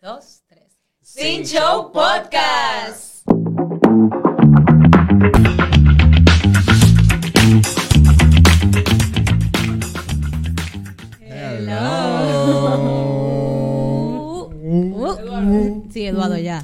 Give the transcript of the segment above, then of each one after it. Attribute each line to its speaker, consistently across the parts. Speaker 1: dos, tres. Sin Show Podcast. Ah. Hello. Uh, sí, Eduardo ya.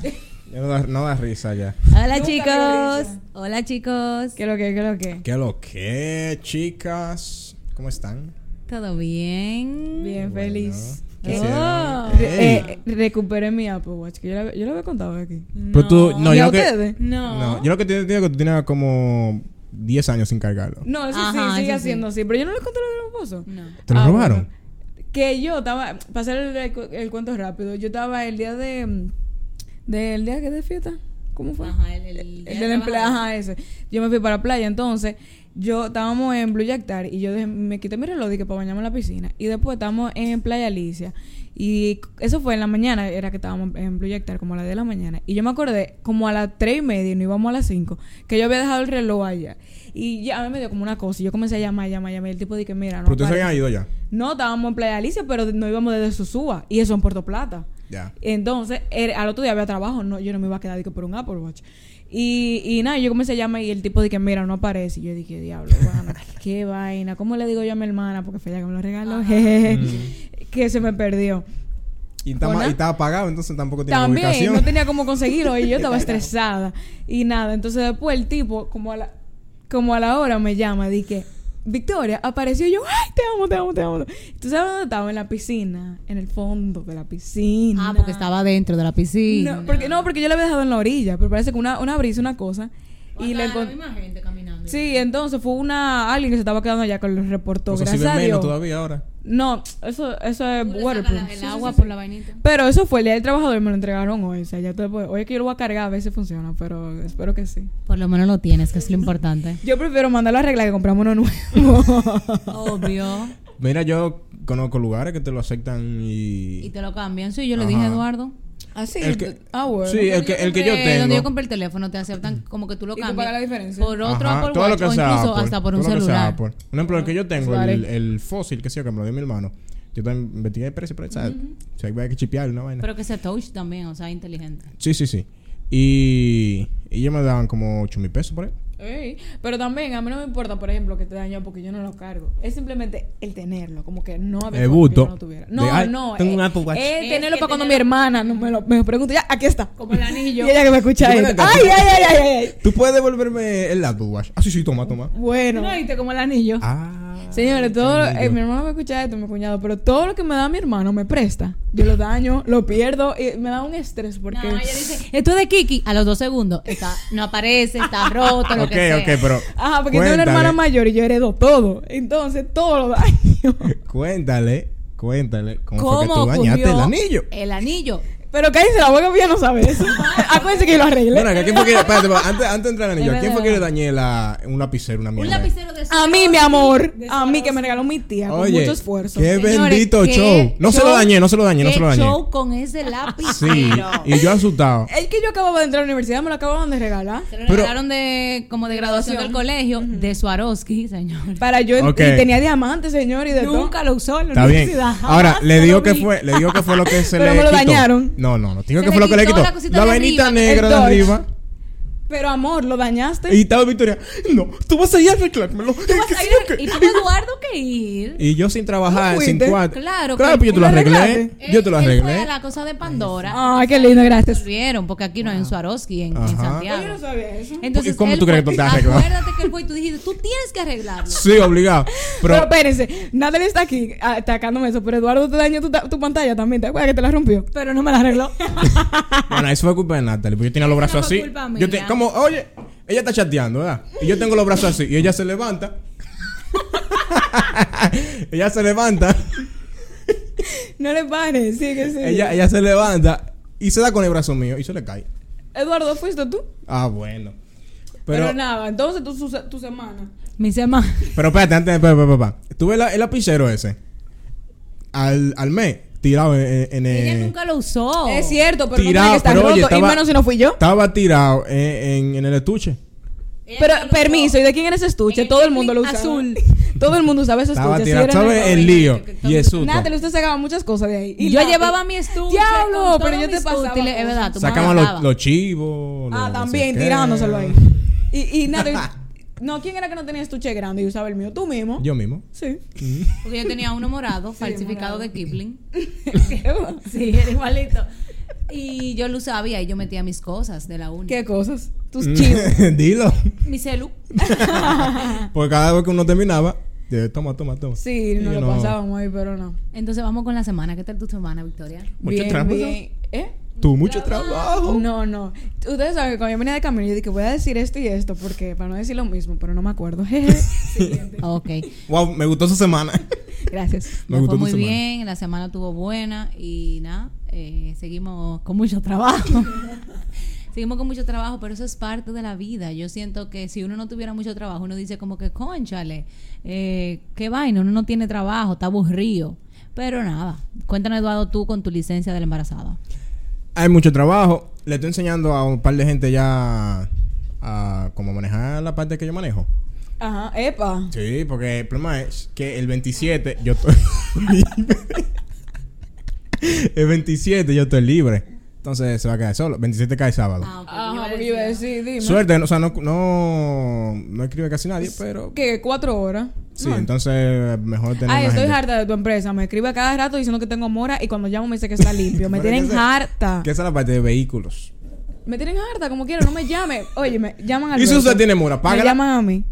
Speaker 2: Ya no da, no da risa ya.
Speaker 1: Hola chicos. Hola chicos.
Speaker 3: ¿Qué lo que, qué lo que?
Speaker 2: ¿Qué lo que, chicas? ¿Cómo están?
Speaker 1: ¿Todo bien?
Speaker 3: Bien,
Speaker 2: Bueno,
Speaker 3: feliz.
Speaker 2: ¿qué
Speaker 3: Eh,
Speaker 2: hicieron?
Speaker 3: re-
Speaker 2: Ey.
Speaker 3: eh, recuperé mi Apple Watch, que yo la, yo la había contado aquí.
Speaker 2: Pero tú, no,
Speaker 3: ¿Y
Speaker 2: yo
Speaker 3: a
Speaker 2: lo que,
Speaker 3: ustedes? No.
Speaker 2: no, yo lo que te entiendo es que tú tienes como 10 años sin cargarlo.
Speaker 3: eso
Speaker 1: Ajá,
Speaker 3: sí, sigue
Speaker 1: eso
Speaker 3: haciendo así. Pero yo no le conté lo de los pozos.
Speaker 1: No.
Speaker 2: ¿Te lo
Speaker 3: Ah,
Speaker 2: robaron?
Speaker 3: bueno. Que yo estaba, para hacer el, el cuento rápido, yo estaba el día de, mm, del día que de fiesta, ¿cómo fue?
Speaker 1: Ajá, el- el día
Speaker 3: del
Speaker 1: de
Speaker 3: empleo,
Speaker 1: trabajo.
Speaker 3: ajá, ese. Yo me fui para la playa, entonces yo estábamos en Blue Jack Tar y yo dejé- me quité mi reloj dije para bañarme en la piscina y después estábamos en Playa Alicia y eso fue en la mañana, era que estábamos en Blue Jack Tar como a las 10 de la mañana y yo me acordé como a las 3 y media y no íbamos a las 5 que yo había dejado el reloj allá y ya a mí me dio como una cosa y yo comencé a llamar, llamar, llamar y el tipo dije mira no
Speaker 2: Pero ustedes
Speaker 3: aparece".
Speaker 2: habían ido ya.
Speaker 3: No, estábamos en Playa Alicia, pero no íbamos desde Susúa. Y eso en Puerto Plata.
Speaker 2: Ya.
Speaker 3: Entonces, er- al otro día había trabajo. No, yo no me iba a quedar dije, por un Apple Watch. Y, y nada, yo comencé a llamar y el tipo dije, mira, no aparece. Y yo dije, diablo, bueno, qué vaina. ¿Cómo le digo yo a mi hermana? Porque fue ella que me lo regaló. jejeje, que se me perdió.
Speaker 2: Y, está
Speaker 3: Bueno.
Speaker 2: ma- y estaba apagado, entonces tampoco tenía
Speaker 3: También,
Speaker 2: ubicación.
Speaker 3: no tenía cómo conseguirlo y yo estaba estresada. Y nada, entonces después el tipo, como a la, como a la hora me llama, dije, Victoria, apareció y yo, ay, te amo, te amo, te amo. ¿Tú sabes dónde estaba? En la piscina, en el fondo de la piscina.
Speaker 1: Ah, porque estaba dentro de la piscina.
Speaker 3: No, porque, no, porque yo la había dejado en la orilla, pero parece que una, una brisa, una cosa. Y
Speaker 1: la
Speaker 3: le encon-
Speaker 1: misma gente caminando.
Speaker 3: Sí, entonces fue una alguien que se estaba quedando allá que lo reportó.
Speaker 2: O sea, si ven
Speaker 3: Gracias a
Speaker 2: menos
Speaker 3: Dios.
Speaker 2: todavía ahora.
Speaker 3: No, eso, eso es
Speaker 1: Tú le
Speaker 3: waterproof.
Speaker 1: sacas la-
Speaker 3: Sí, sí,
Speaker 1: el agua
Speaker 3: sí,
Speaker 1: por la vainita.
Speaker 3: pero eso fue el día del trabajador y me lo entregaron hoy. O sea, ya te puedo- Hoy es que yo lo voy a cargar, a ver si funciona, pero espero que sí.
Speaker 1: Por lo menos lo tienes, que es lo importante.
Speaker 3: Yo prefiero mandarlo a arreglar que compramos uno nuevo.
Speaker 1: Obvio.
Speaker 2: Mira, yo conozco lugares que te lo aceptan y...
Speaker 1: Y te lo cambian. Sí, yo le
Speaker 2: Ajá.
Speaker 1: dije a Eduardo.
Speaker 3: Así.
Speaker 2: El que-
Speaker 3: ah, bueno.
Speaker 2: Sí, el que, el que yo
Speaker 1: compré- Donde yo
Speaker 2: tengo.
Speaker 1: compré el teléfono, te aceptan como que tú lo
Speaker 3: Y tú
Speaker 1: cambias.
Speaker 3: pagas la diferencia.
Speaker 1: Por otro
Speaker 2: Ajá,
Speaker 1: Apple
Speaker 2: todo
Speaker 1: Watch
Speaker 2: lo que
Speaker 1: o
Speaker 2: sea
Speaker 1: incluso
Speaker 2: Apple,
Speaker 1: hasta por
Speaker 2: todo
Speaker 1: un
Speaker 2: lo que sea
Speaker 1: celular.
Speaker 2: Apple. Un ejemplo, el que yo tengo,
Speaker 3: Vale.
Speaker 2: el, el fósil, que sí, que me lo dio mi hermano. Yo también investigué el precio, pero ¿sabes? O sea, hay que chipear una vaina.
Speaker 1: Pero que se touch también, o sea, inteligente.
Speaker 2: Sí, sí, sí. Y y ellos me daban como 8 mil pesos por ahí.
Speaker 3: Ey, Pero también, a mí no me importa, por ejemplo, que te dañó porque yo no lo cargo. Es simplemente el tenerlo, como que no haber
Speaker 2: El
Speaker 3: forma que yo
Speaker 2: bulto.
Speaker 3: no lo tuviera.
Speaker 2: De,
Speaker 3: No,
Speaker 2: ay,
Speaker 3: no.
Speaker 2: tengo
Speaker 3: eh,
Speaker 2: un Apple Watch.
Speaker 3: eh,
Speaker 1: Es
Speaker 3: tenerlo
Speaker 1: que
Speaker 3: para cuando mi
Speaker 1: tenerlo-
Speaker 3: hermana no me, lo, me pregunta, ya, aquí está.
Speaker 1: Como el anillo.
Speaker 3: Y ella que me
Speaker 2: Yo
Speaker 3: escucha ahí.
Speaker 2: me
Speaker 3: Ay,
Speaker 2: la
Speaker 3: ay,
Speaker 2: canto.
Speaker 3: ay, ay, ay.
Speaker 2: ¿Tú puedes devolverme el Apple Watch? Ah, sí, sí, toma, toma.
Speaker 3: Bueno. No, y te como el anillo.
Speaker 2: Ah.
Speaker 3: Señores, todo,
Speaker 2: entendí
Speaker 3: eh,
Speaker 2: yo.
Speaker 3: mi hermano me escucha esto, mi cuñado, pero todo lo que me da mi hermano me presta. Yo lo daño, lo pierdo, y me da un estrés porque...
Speaker 1: No, ella dice, esto es de Kiki. A los dos segundos está, no aparece, está roto, lo
Speaker 2: Ok,
Speaker 1: que sea.
Speaker 2: ok, pero.
Speaker 3: Ajá, porque tengo una
Speaker 2: cuéntale,
Speaker 3: hermana mayor y yo heredo todo. Entonces, todo lo daño.
Speaker 2: Cuéntale, cuéntale. ¿Cómo, fue que
Speaker 1: ¿Cómo
Speaker 2: tú dañaste
Speaker 1: ocurrió
Speaker 2: el anillo?
Speaker 1: El anillo.
Speaker 3: Pero cállense la boca porque ya no sabe eso. Acuérdense que yo lo
Speaker 1: Eh,
Speaker 3: arreglé.
Speaker 2: Mira, ¿quién fue que. Espérate, espérate, antes, antes de entrar al anillo,
Speaker 3: Es
Speaker 2: ¿a quién fue que le
Speaker 3: verdad.
Speaker 2: dañé la, un lapicero, una
Speaker 1: Un
Speaker 2: mierda?
Speaker 1: lapicero de
Speaker 3: A mí, mi amor, a mí que me regaló mi tía con
Speaker 2: Oye,
Speaker 3: mucho esfuerzo.
Speaker 2: qué
Speaker 1: Señores,
Speaker 2: bendito
Speaker 1: qué
Speaker 2: show. No se lo
Speaker 1: show,
Speaker 2: dañé, no se lo dañé, no
Speaker 1: qué
Speaker 2: se lo dañé.
Speaker 1: show con ese lapicero.
Speaker 2: Sí, y yo asustado.
Speaker 3: El que yo acababa de entrar a la universidad me lo acababan de regalar.
Speaker 1: Se lo
Speaker 2: Pero-
Speaker 1: regalaron de, como de graduación del colegio, de Swarovski, señor.
Speaker 3: Para yo,
Speaker 2: Ok.
Speaker 3: y tenía diamantes, señor, y de todo.
Speaker 1: Nunca lo usó en la
Speaker 2: Está bien.
Speaker 1: universidad.
Speaker 2: Ahora,
Speaker 1: jamás
Speaker 2: le
Speaker 1: lo
Speaker 2: digo que
Speaker 1: vi.
Speaker 2: fue, le digo que fue lo que se
Speaker 3: Pero
Speaker 2: le
Speaker 3: me lo
Speaker 2: quitó.
Speaker 3: dañaron.
Speaker 2: No, no, no. Te digo
Speaker 1: Se
Speaker 2: que
Speaker 1: le
Speaker 2: fue lo que le
Speaker 1: quitó
Speaker 2: quitó.
Speaker 1: la cosita
Speaker 2: La
Speaker 1: de
Speaker 2: vainita
Speaker 1: arriba,
Speaker 2: negra
Speaker 3: el
Speaker 2: de
Speaker 3: Dodge.
Speaker 2: arriba.
Speaker 3: Pero amor, lo dañaste.
Speaker 2: Y estaba Victoria. No, tú vas a ir a arreglármelo.
Speaker 1: Vas a ir- Y tuvo Eduardo que ir.
Speaker 2: Y yo sin trabajar,
Speaker 3: ¿No
Speaker 2: sin
Speaker 3: fuiste?
Speaker 2: cuarto.
Speaker 1: Claro,
Speaker 2: Claro,
Speaker 1: que-
Speaker 2: pues yo te lo
Speaker 3: ¿Y lo
Speaker 2: arreglé.
Speaker 3: arreglaste?
Speaker 2: Yo te lo
Speaker 1: Él- él fue
Speaker 2: arreglé.
Speaker 1: a la cosa de Pandora.
Speaker 3: Ay, qué lindo, gracias.
Speaker 1: resolvieron, porque aquí no hay en Swarovski, en, en
Speaker 2: Ajá.
Speaker 1: Santiago.
Speaker 3: sabía eso.
Speaker 1: Entonces,
Speaker 2: ¿Y cómo
Speaker 1: él
Speaker 2: tú crees
Speaker 1: fue-
Speaker 2: que tú te arreglas?
Speaker 1: Acuérdate que él fue y tú dijiste, tú tienes que arreglarlo.
Speaker 2: Sí, obligado.
Speaker 3: Pero,
Speaker 2: Pero
Speaker 3: espérense, Natalie está aquí ah, atacándome eso, pero Eduardo te dañó tu, ta- tu pantalla también, ¿te acuerdas que te la rompió? Pero no me la arregló.
Speaker 2: bueno, eso fue culpa de Natalie. Porque yo tenía los brazos
Speaker 1: fue
Speaker 2: así.
Speaker 1: culpa mía.
Speaker 2: Yo te- como, oye, ella está chateando, ¿verdad? Y yo tengo los brazos así. Y ella se levanta. ella se levanta.
Speaker 3: no le pares, sí que sí.
Speaker 2: Ella, ella se levanta. Y se da con el brazo mío. Y se le cae.
Speaker 3: Eduardo, ¿fuiste tú?
Speaker 2: Ah, bueno.
Speaker 3: Pero,
Speaker 2: Pero,
Speaker 3: nada, entonces tu, su- tu semana.
Speaker 1: Mi semana.
Speaker 2: pero espérate, antes, espérate, espérate, espérate. Tuve la- el lapicero ese. Al, al mes, tirado en, en- en el.
Speaker 1: Ella nunca lo usó.
Speaker 3: Es cierto, pero
Speaker 2: tirado,
Speaker 3: no tiene que estar
Speaker 2: pero
Speaker 3: roto,
Speaker 2: oye,
Speaker 3: y
Speaker 2: estaba-
Speaker 3: menos si no fui yo.
Speaker 2: Estaba tirado en, en- en el estuche.
Speaker 1: Ella
Speaker 3: Pero
Speaker 1: nunca lo usó.
Speaker 3: permiso, ¿y de quién era ese estuche?
Speaker 1: En
Speaker 3: Todo el
Speaker 1: Netflix
Speaker 3: mundo lo usa.
Speaker 1: azul.
Speaker 3: Todo el mundo sabe esos
Speaker 2: Estaba
Speaker 3: estuches.
Speaker 2: tirado,
Speaker 3: eran
Speaker 2: ¿sabes?
Speaker 3: enormes.
Speaker 2: El lío.
Speaker 1: que- que-
Speaker 4: Y eso.
Speaker 3: Natalie, usted sacaba muchas cosas de ahí.
Speaker 1: yo llevaba mi estuche.
Speaker 3: Diablo,
Speaker 1: con
Speaker 3: pero
Speaker 1: todos
Speaker 3: yo te
Speaker 1: mis
Speaker 3: pasaba
Speaker 1: útiles, Es
Speaker 3: cosas.
Speaker 1: verdad, tu mamá
Speaker 2: Sacaban los,
Speaker 1: daba.
Speaker 2: los chivos.
Speaker 3: Ah,
Speaker 2: los no sé
Speaker 3: también,
Speaker 2: qué.
Speaker 3: tirándoselo ahí. Y, y Natalie, no, ¿quién era que no tenía estuche grande y usaba el mío? Tú mismo.
Speaker 2: Yo mismo.
Speaker 3: Sí.
Speaker 1: Porque yo tenía uno morado, falsificado de Kipling.
Speaker 3: ¿Qué,
Speaker 1: Sí, era igualito. Y yo lo usaba y ahí yo metía mis cosas de la uni.
Speaker 3: ¿Qué cosas? Tus
Speaker 2: Mm.
Speaker 3: chips.
Speaker 2: Dilo.
Speaker 1: Mi celu.
Speaker 2: Porque cada vez que uno terminaba, eh, toma, toma, toma.
Speaker 3: Ah. Sí,
Speaker 2: Y
Speaker 3: no
Speaker 2: yo
Speaker 3: lo pasábamos ahí, pero no.
Speaker 1: Entonces vamos con la semana. ¿Qué tal tu semana, Victoria?
Speaker 2: Mucho
Speaker 3: bien,
Speaker 2: trabajo.
Speaker 3: bien. ¿Eh?
Speaker 2: Tú, mucho trabajo.
Speaker 3: No, no. Ustedes saben que cuando yo venía de camino, yo dije, voy a decir esto y esto, porque para no decir lo mismo, pero no me acuerdo. Jeje. Siguiente.
Speaker 1: Ok.
Speaker 2: Wow, me gustó su semana.
Speaker 3: Gracias.
Speaker 2: me
Speaker 1: Me fue
Speaker 2: gustó tu
Speaker 1: muy
Speaker 2: semana.
Speaker 1: bien, la semana tuvo buena y nada, eh, seguimos con mucho trabajo. seguimos con mucho trabajo, pero eso es parte de la vida. Yo siento que si uno no tuviera mucho trabajo, uno dice como que, conchale, eh, qué vaina, uno no tiene trabajo, está aburrido. Pero nada, cuéntanos Eduardo tú con tu licencia del embarazado.
Speaker 2: Hay mucho trabajo. Le estoy enseñando a un par de gente ya a cómo manejar la parte que yo manejo.
Speaker 3: Ajá. Epa.
Speaker 2: Sí, porque el problema es que el 27 yo estoy libre. el 27 yo estoy libre. Entonces se va a quedar solo. 27 cae sábado.
Speaker 3: Ajá, porque Ah, yo iba a decir, dime.
Speaker 2: Suerte, no, o sea, no, no, no escribe casi nadie, pero...
Speaker 3: ¿Qué? ¿Cuatro horas?
Speaker 2: Sí,
Speaker 3: No.
Speaker 2: entonces mejor tener...
Speaker 3: Ay,
Speaker 2: más
Speaker 3: estoy
Speaker 2: gente.
Speaker 3: harta de tu empresa. Me escribe a cada rato diciendo que tengo mora y cuando llamo me dice que está limpio. Me
Speaker 2: Pero que
Speaker 3: tienen
Speaker 2: esa-
Speaker 3: harta.
Speaker 2: Que esa es la parte de vehículos.
Speaker 3: Me tienen harta, como quiero, no me llame. Oye, me llaman al
Speaker 2: Y si
Speaker 3: Alberto.
Speaker 2: usted tiene mora,
Speaker 3: Me
Speaker 2: págala.
Speaker 3: llaman a mí.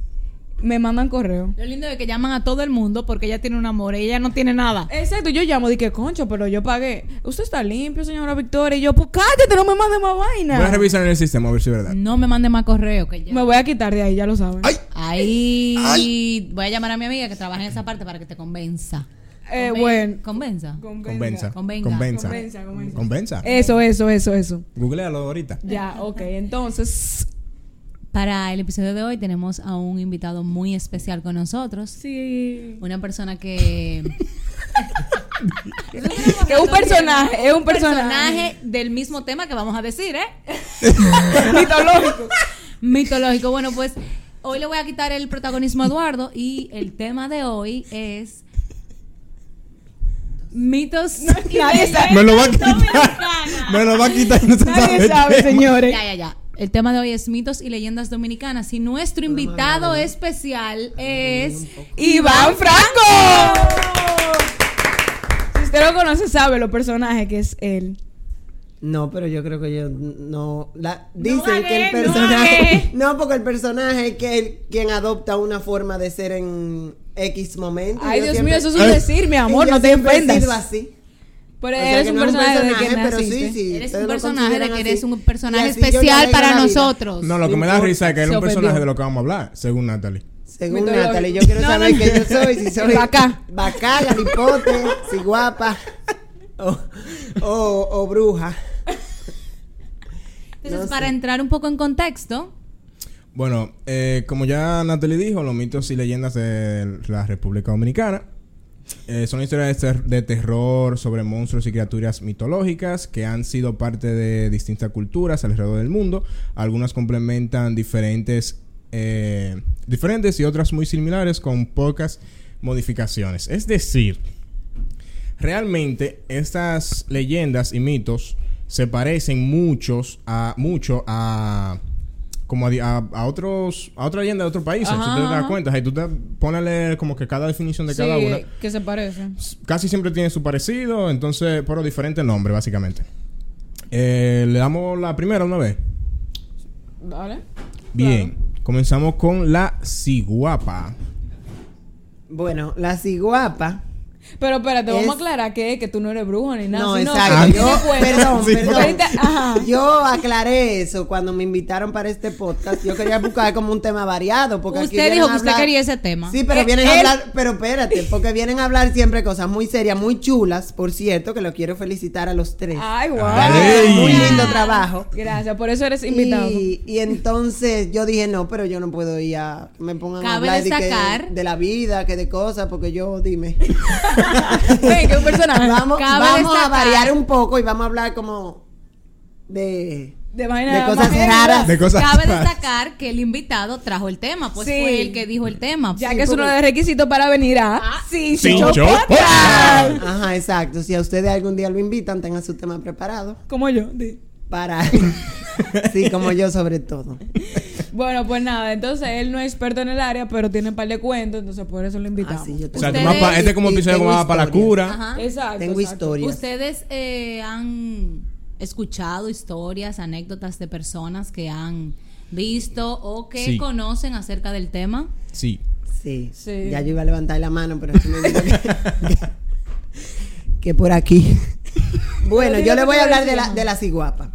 Speaker 3: Me mandan correo.
Speaker 1: Lo lindo es que llaman a todo el mundo porque ella tiene un amor y ella no tiene nada.
Speaker 3: Exacto, yo llamo, dije, concho, pero yo pagué. Usted está limpio, señora Victoria. Y yo, pues cállate, no me mande más
Speaker 2: Voy a
Speaker 3: vaina.
Speaker 2: revisar en el sistema a ver si es verdad.
Speaker 1: No me mande más correo que ya.
Speaker 3: Me voy a quitar de ahí, ya lo saben.
Speaker 2: Ay.
Speaker 1: Ahí voy a llamar a mi amiga que trabaja en esa parte para que te convenza.
Speaker 3: Eh,
Speaker 1: Conven-
Speaker 3: bueno.
Speaker 1: Convenza.
Speaker 2: Convenza.
Speaker 1: Convenga.
Speaker 2: Convenza.
Speaker 3: Convenza, convenza. Eh.
Speaker 2: Convenza.
Speaker 3: Eso, eso, eso, eso.
Speaker 2: Googlealo ahorita.
Speaker 3: Ya, ok. Entonces,
Speaker 1: Para el episodio de hoy tenemos a un invitado muy especial con nosotros.
Speaker 3: sí.
Speaker 1: Una persona que...
Speaker 3: Que es un personaje, es un personaje.
Speaker 1: personaje del mismo tema que vamos a decir, ¿eh?
Speaker 3: Mitológico.
Speaker 1: Mitológico. Bueno, pues hoy le voy a quitar el protagonismo a Eduardo y el tema de hoy es... Mitos y
Speaker 3: nadie sabe.
Speaker 2: Me lo va a quitar. Me lo va a quitar. No se
Speaker 3: Nadie sabe,
Speaker 2: el tema.
Speaker 3: señores.
Speaker 1: Ya, ya, ya. El tema de hoy es mitos y leyendas dominicanas. Y nuestro invitado especial es
Speaker 3: Iván Franco. Si usted lo conoce, sabe los personajes que es él.
Speaker 5: No, pero yo creo que yo no. la-
Speaker 3: No
Speaker 5: dicen
Speaker 3: vale,
Speaker 5: que el
Speaker 3: no
Speaker 5: personaje. No, porque el personaje es que el- quien adopta una forma de ser en X momento.
Speaker 3: Ay,
Speaker 5: Yo
Speaker 3: Dios
Speaker 5: siempre-
Speaker 3: mío, eso es un decir, mi amor,
Speaker 5: y yo
Speaker 3: no te
Speaker 5: siempre he
Speaker 3: ofendas.
Speaker 5: sido así.
Speaker 3: Pero
Speaker 5: O sea,
Speaker 3: eres
Speaker 5: que
Speaker 3: un,
Speaker 5: no es
Speaker 3: personaje de que
Speaker 5: pero
Speaker 3: naciste.
Speaker 5: sí, sí.
Speaker 1: Eres
Speaker 5: ustedes
Speaker 1: un
Speaker 5: lo
Speaker 1: personaje de
Speaker 5: consideran
Speaker 1: que
Speaker 5: así.
Speaker 1: eres un
Speaker 5: Y
Speaker 1: personaje
Speaker 5: así yo le
Speaker 1: especial
Speaker 5: alegro
Speaker 1: para
Speaker 5: la vida.
Speaker 1: nosotros.
Speaker 2: No, lo que me da risa es que él es
Speaker 3: Se
Speaker 2: un personaje
Speaker 3: ofendió.
Speaker 2: de lo que vamos a hablar, según Natalie.
Speaker 5: Según
Speaker 3: Mitológico.
Speaker 5: Natalie, yo quiero
Speaker 3: No,
Speaker 5: saber
Speaker 3: no,
Speaker 5: quién
Speaker 3: no.
Speaker 5: yo soy. Si soy.
Speaker 3: Bacá.
Speaker 5: Bacá, galipote, si guapa. O, o, o bruja.
Speaker 1: Entonces,
Speaker 5: No sé.
Speaker 1: para entrar un poco en contexto,
Speaker 2: Bueno, eh, como ya Natalie dijo, los mitos y leyendas de la República Dominicana eh, son historias de, ter- de terror sobre monstruos y criaturas mitológicas que han sido parte de distintas culturas alrededor del mundo. Algunas complementan diferentes, eh, diferentes y otras muy similares con pocas modificaciones. Es decir, Realmente estas leyendas y mitos se parecen muchos a mucho a como a, di- a- a otros a otra leyenda de otros países,
Speaker 3: Ajá,
Speaker 2: si tú te das
Speaker 3: ajá.
Speaker 2: cuenta, y tú te pones a leer como que cada definición de cada
Speaker 3: Sí,
Speaker 2: una
Speaker 3: que se parece.
Speaker 2: pues, casi siempre tiene su parecido, entonces pero diferente nombre básicamente. Eh, le damos la primera una vez.
Speaker 3: ¿Vale?
Speaker 2: Bien, comenzamos con la ciguapa.
Speaker 5: Bueno, la ciguapa.
Speaker 3: Pero espérate, vamos a
Speaker 5: Es-
Speaker 3: aclarar que, que tú no eres brujo ni nada.
Speaker 5: No,
Speaker 3: sino que
Speaker 5: exacto.
Speaker 3: tú
Speaker 5: Yo,
Speaker 3: tienes cuerpo.
Speaker 5: perdón,
Speaker 2: Sí,
Speaker 5: perdón.
Speaker 3: Ahorita, ajá.
Speaker 5: Yo aclaré eso cuando me invitaron para este podcast. Yo quería buscar como un tema variado. Porque aquí
Speaker 1: Usted
Speaker 5: vienen
Speaker 1: dijo
Speaker 5: a
Speaker 1: que usted
Speaker 5: hablar-
Speaker 1: quería ese tema.
Speaker 5: Sí, pero
Speaker 3: Eh,
Speaker 5: vienen
Speaker 3: él-
Speaker 5: a hablar. Pero espérate, porque vienen a hablar siempre cosas muy serias, muy chulas. Por cierto, que lo quiero felicitar a los tres.
Speaker 1: Ah,
Speaker 3: Ay, guau.
Speaker 2: Dale.
Speaker 5: Muy
Speaker 2: Gracias.
Speaker 5: lindo trabajo.
Speaker 3: Gracias, por eso eres invitado.
Speaker 5: Y, y entonces yo dije, no, pero yo no puedo ir a... que Me pongan a
Speaker 1: Cabe
Speaker 5: hablar de, que-
Speaker 1: destacar-
Speaker 5: de la vida, que de cosas, porque yo, dime.
Speaker 3: Ven, que un personaje.
Speaker 5: vamos
Speaker 1: Cabe
Speaker 5: vamos a
Speaker 1: destacar-
Speaker 5: variar un poco y vamos a hablar como de
Speaker 3: de vaina
Speaker 5: De cosas
Speaker 3: más-
Speaker 5: raras.
Speaker 2: De cosas
Speaker 1: Cabe
Speaker 2: raras.
Speaker 1: destacar que el invitado trajo el tema, pues
Speaker 3: Sí.
Speaker 1: fue el que dijo el tema.
Speaker 3: Ya
Speaker 1: Sí,
Speaker 3: que es
Speaker 1: porque-
Speaker 3: uno de los requisitos para venir a
Speaker 5: Ah,
Speaker 3: Sí,
Speaker 2: Sin
Speaker 3: Show
Speaker 2: Show
Speaker 3: Podcast.
Speaker 2: Podcast.
Speaker 5: Ajá, exacto. Si a ustedes algún día lo invitan, tengan su tema preparado
Speaker 3: Como yo. di.
Speaker 5: para... sí, como yo sobre todo.
Speaker 3: Bueno, pues nada, entonces él no es experto en el área, pero tiene un par de cuentos, entonces por eso lo invitamos.
Speaker 5: Así yo
Speaker 2: O sea,
Speaker 1: Ustedes-
Speaker 2: más pa- este es como
Speaker 5: y-
Speaker 2: un episodio
Speaker 5: tengo
Speaker 2: como más para la
Speaker 5: historia.
Speaker 2: cura.
Speaker 1: Ajá.
Speaker 3: Exacto.
Speaker 5: Tengo
Speaker 3: exacto.
Speaker 5: historias.
Speaker 1: Ustedes eh, han escuchado historias, anécdotas de personas que han visto o que
Speaker 2: Sí.
Speaker 1: conocen acerca del tema.
Speaker 2: Sí.
Speaker 5: Sí.
Speaker 3: Sí.
Speaker 5: Ya yo iba a levantar la mano, pero sí me dijo que, que- que por aquí. Bueno,
Speaker 3: Pero
Speaker 5: yo
Speaker 3: dime
Speaker 5: le
Speaker 3: qué
Speaker 5: voy
Speaker 3: te
Speaker 5: a hablar de la,
Speaker 3: decíamos.
Speaker 5: de la ciguapa.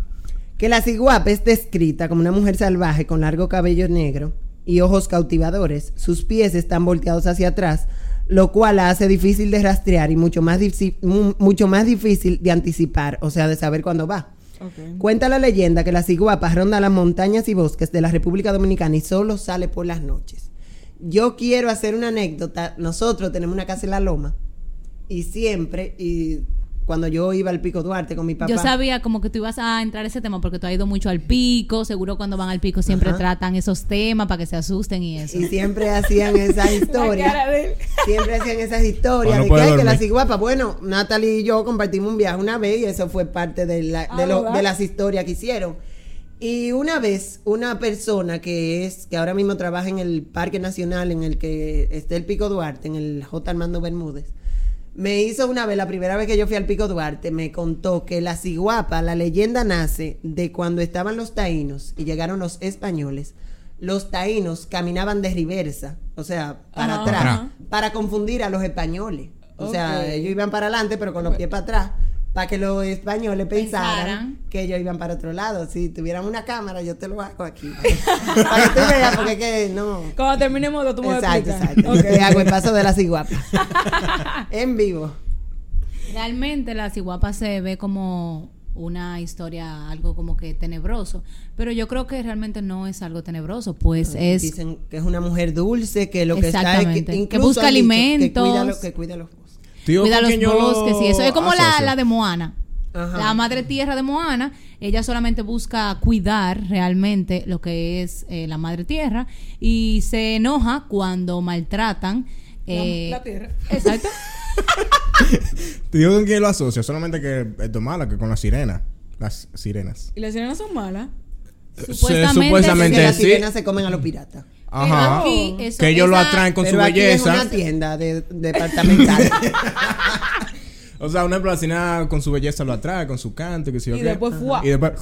Speaker 5: Que la ciguapa es descrita como una mujer salvaje con largo cabello negro y ojos cautivadores. Sus pies están volteados hacia atrás, lo cual la hace difícil de rastrear y mucho más, difí- mu- mucho más difícil de anticipar, o sea, de saber cuándo va.
Speaker 3: Ok.
Speaker 5: Cuenta la leyenda que la ciguapa ronda las montañas y bosques de la República Dominicana y solo sale por las noches. Yo quiero hacer una anécdota. Nosotros tenemos una casa en la loma y siempre, y cuando yo iba al Pico Duarte con mi papá.
Speaker 1: Yo sabía como que tú ibas a entrar a ese tema porque tú has ido mucho al pico, seguro cuando van al pico siempre
Speaker 5: Ajá.
Speaker 1: tratan esos temas para que se asusten y eso.
Speaker 5: Y siempre hacían esas
Speaker 3: La cara
Speaker 5: historias.
Speaker 3: de él.
Speaker 5: Siempre hacían esas historias
Speaker 2: Para no
Speaker 5: de que,
Speaker 2: poder
Speaker 5: "Ay, que la
Speaker 2: dormir".
Speaker 5: ciguapa. Bueno, Natalie y yo compartimos un viaje una vez y eso fue parte de, la-
Speaker 3: Ah,
Speaker 5: de, lo-
Speaker 3: ¿verdad?
Speaker 5: de las historias que hicieron. Y una vez, una persona que es que ahora mismo trabaja en el Parque Nacional en el que está el Pico Duarte, en el J. Armando Bermúdez, me hizo una vez, la primera vez que yo fui al Pico Duarte, me contó que la ciguapa, la leyenda nace de cuando estaban los taínos y llegaron los españoles. Los taínos caminaban de reversa, o sea, para
Speaker 3: Ajá.
Speaker 5: atrás,
Speaker 2: Ajá.
Speaker 5: para confundir a los españoles. O
Speaker 3: Ok.
Speaker 5: sea, ellos iban para adelante, pero con los pies para atrás, para que los españoles pensaran,
Speaker 1: Pensaran.
Speaker 5: que ellos iban para otro lado. Si tuvieran una cámara, yo te lo hago aquí. para que tú veas, porque es que no.
Speaker 3: Cuando terminemos lo tú me
Speaker 5: Exacto,
Speaker 3: explicas.
Speaker 5: exacto.
Speaker 3: Ok.
Speaker 5: Te hago el paso de la ciguapa. en vivo.
Speaker 1: Realmente la ciguapa se ve como una historia, algo como que tenebroso, pero yo creo que realmente no es algo tenebroso, pues es...
Speaker 5: Dicen que es una mujer dulce, que lo que está es
Speaker 1: Exactamente.
Speaker 5: que,
Speaker 1: Que
Speaker 5: incluso
Speaker 1: busca
Speaker 5: han dicho
Speaker 1: alimentos.
Speaker 5: Que cuida, lo- que cuida los bosques.
Speaker 2: Tío,
Speaker 1: cuida los
Speaker 2: porque yo Ah,
Speaker 1: bosques y eso. Es como la,
Speaker 2: asocio.
Speaker 1: la de Moana.
Speaker 5: Ajá.
Speaker 1: La madre tierra de Moana, ella solamente busca cuidar realmente lo que es eh, la madre tierra y se enoja cuando maltratan. eh,
Speaker 3: la tierra.
Speaker 1: Exacto.
Speaker 2: Te digo con quién lo asocio, solamente que es mala que con las sirenas. Las sirenas.
Speaker 3: Y las sirenas son malas.
Speaker 2: Se-
Speaker 1: Supuestamente-
Speaker 5: Que
Speaker 2: supuestamente
Speaker 5: las
Speaker 2: sí.
Speaker 5: sirenas se comen a los piratas.
Speaker 2: Ajá.
Speaker 1: Pero aquí, eso-
Speaker 2: que ellos lo
Speaker 1: esa-
Speaker 2: atraen con
Speaker 5: Pero
Speaker 2: su
Speaker 5: aquí
Speaker 2: belleza.
Speaker 5: es una tienda de, departamental.
Speaker 2: O sea, un ejemplo, la sirena con su belleza lo atrae, con su canto, que sé yo
Speaker 3: Y
Speaker 2: qué.
Speaker 3: después, ¡fua!
Speaker 2: Y después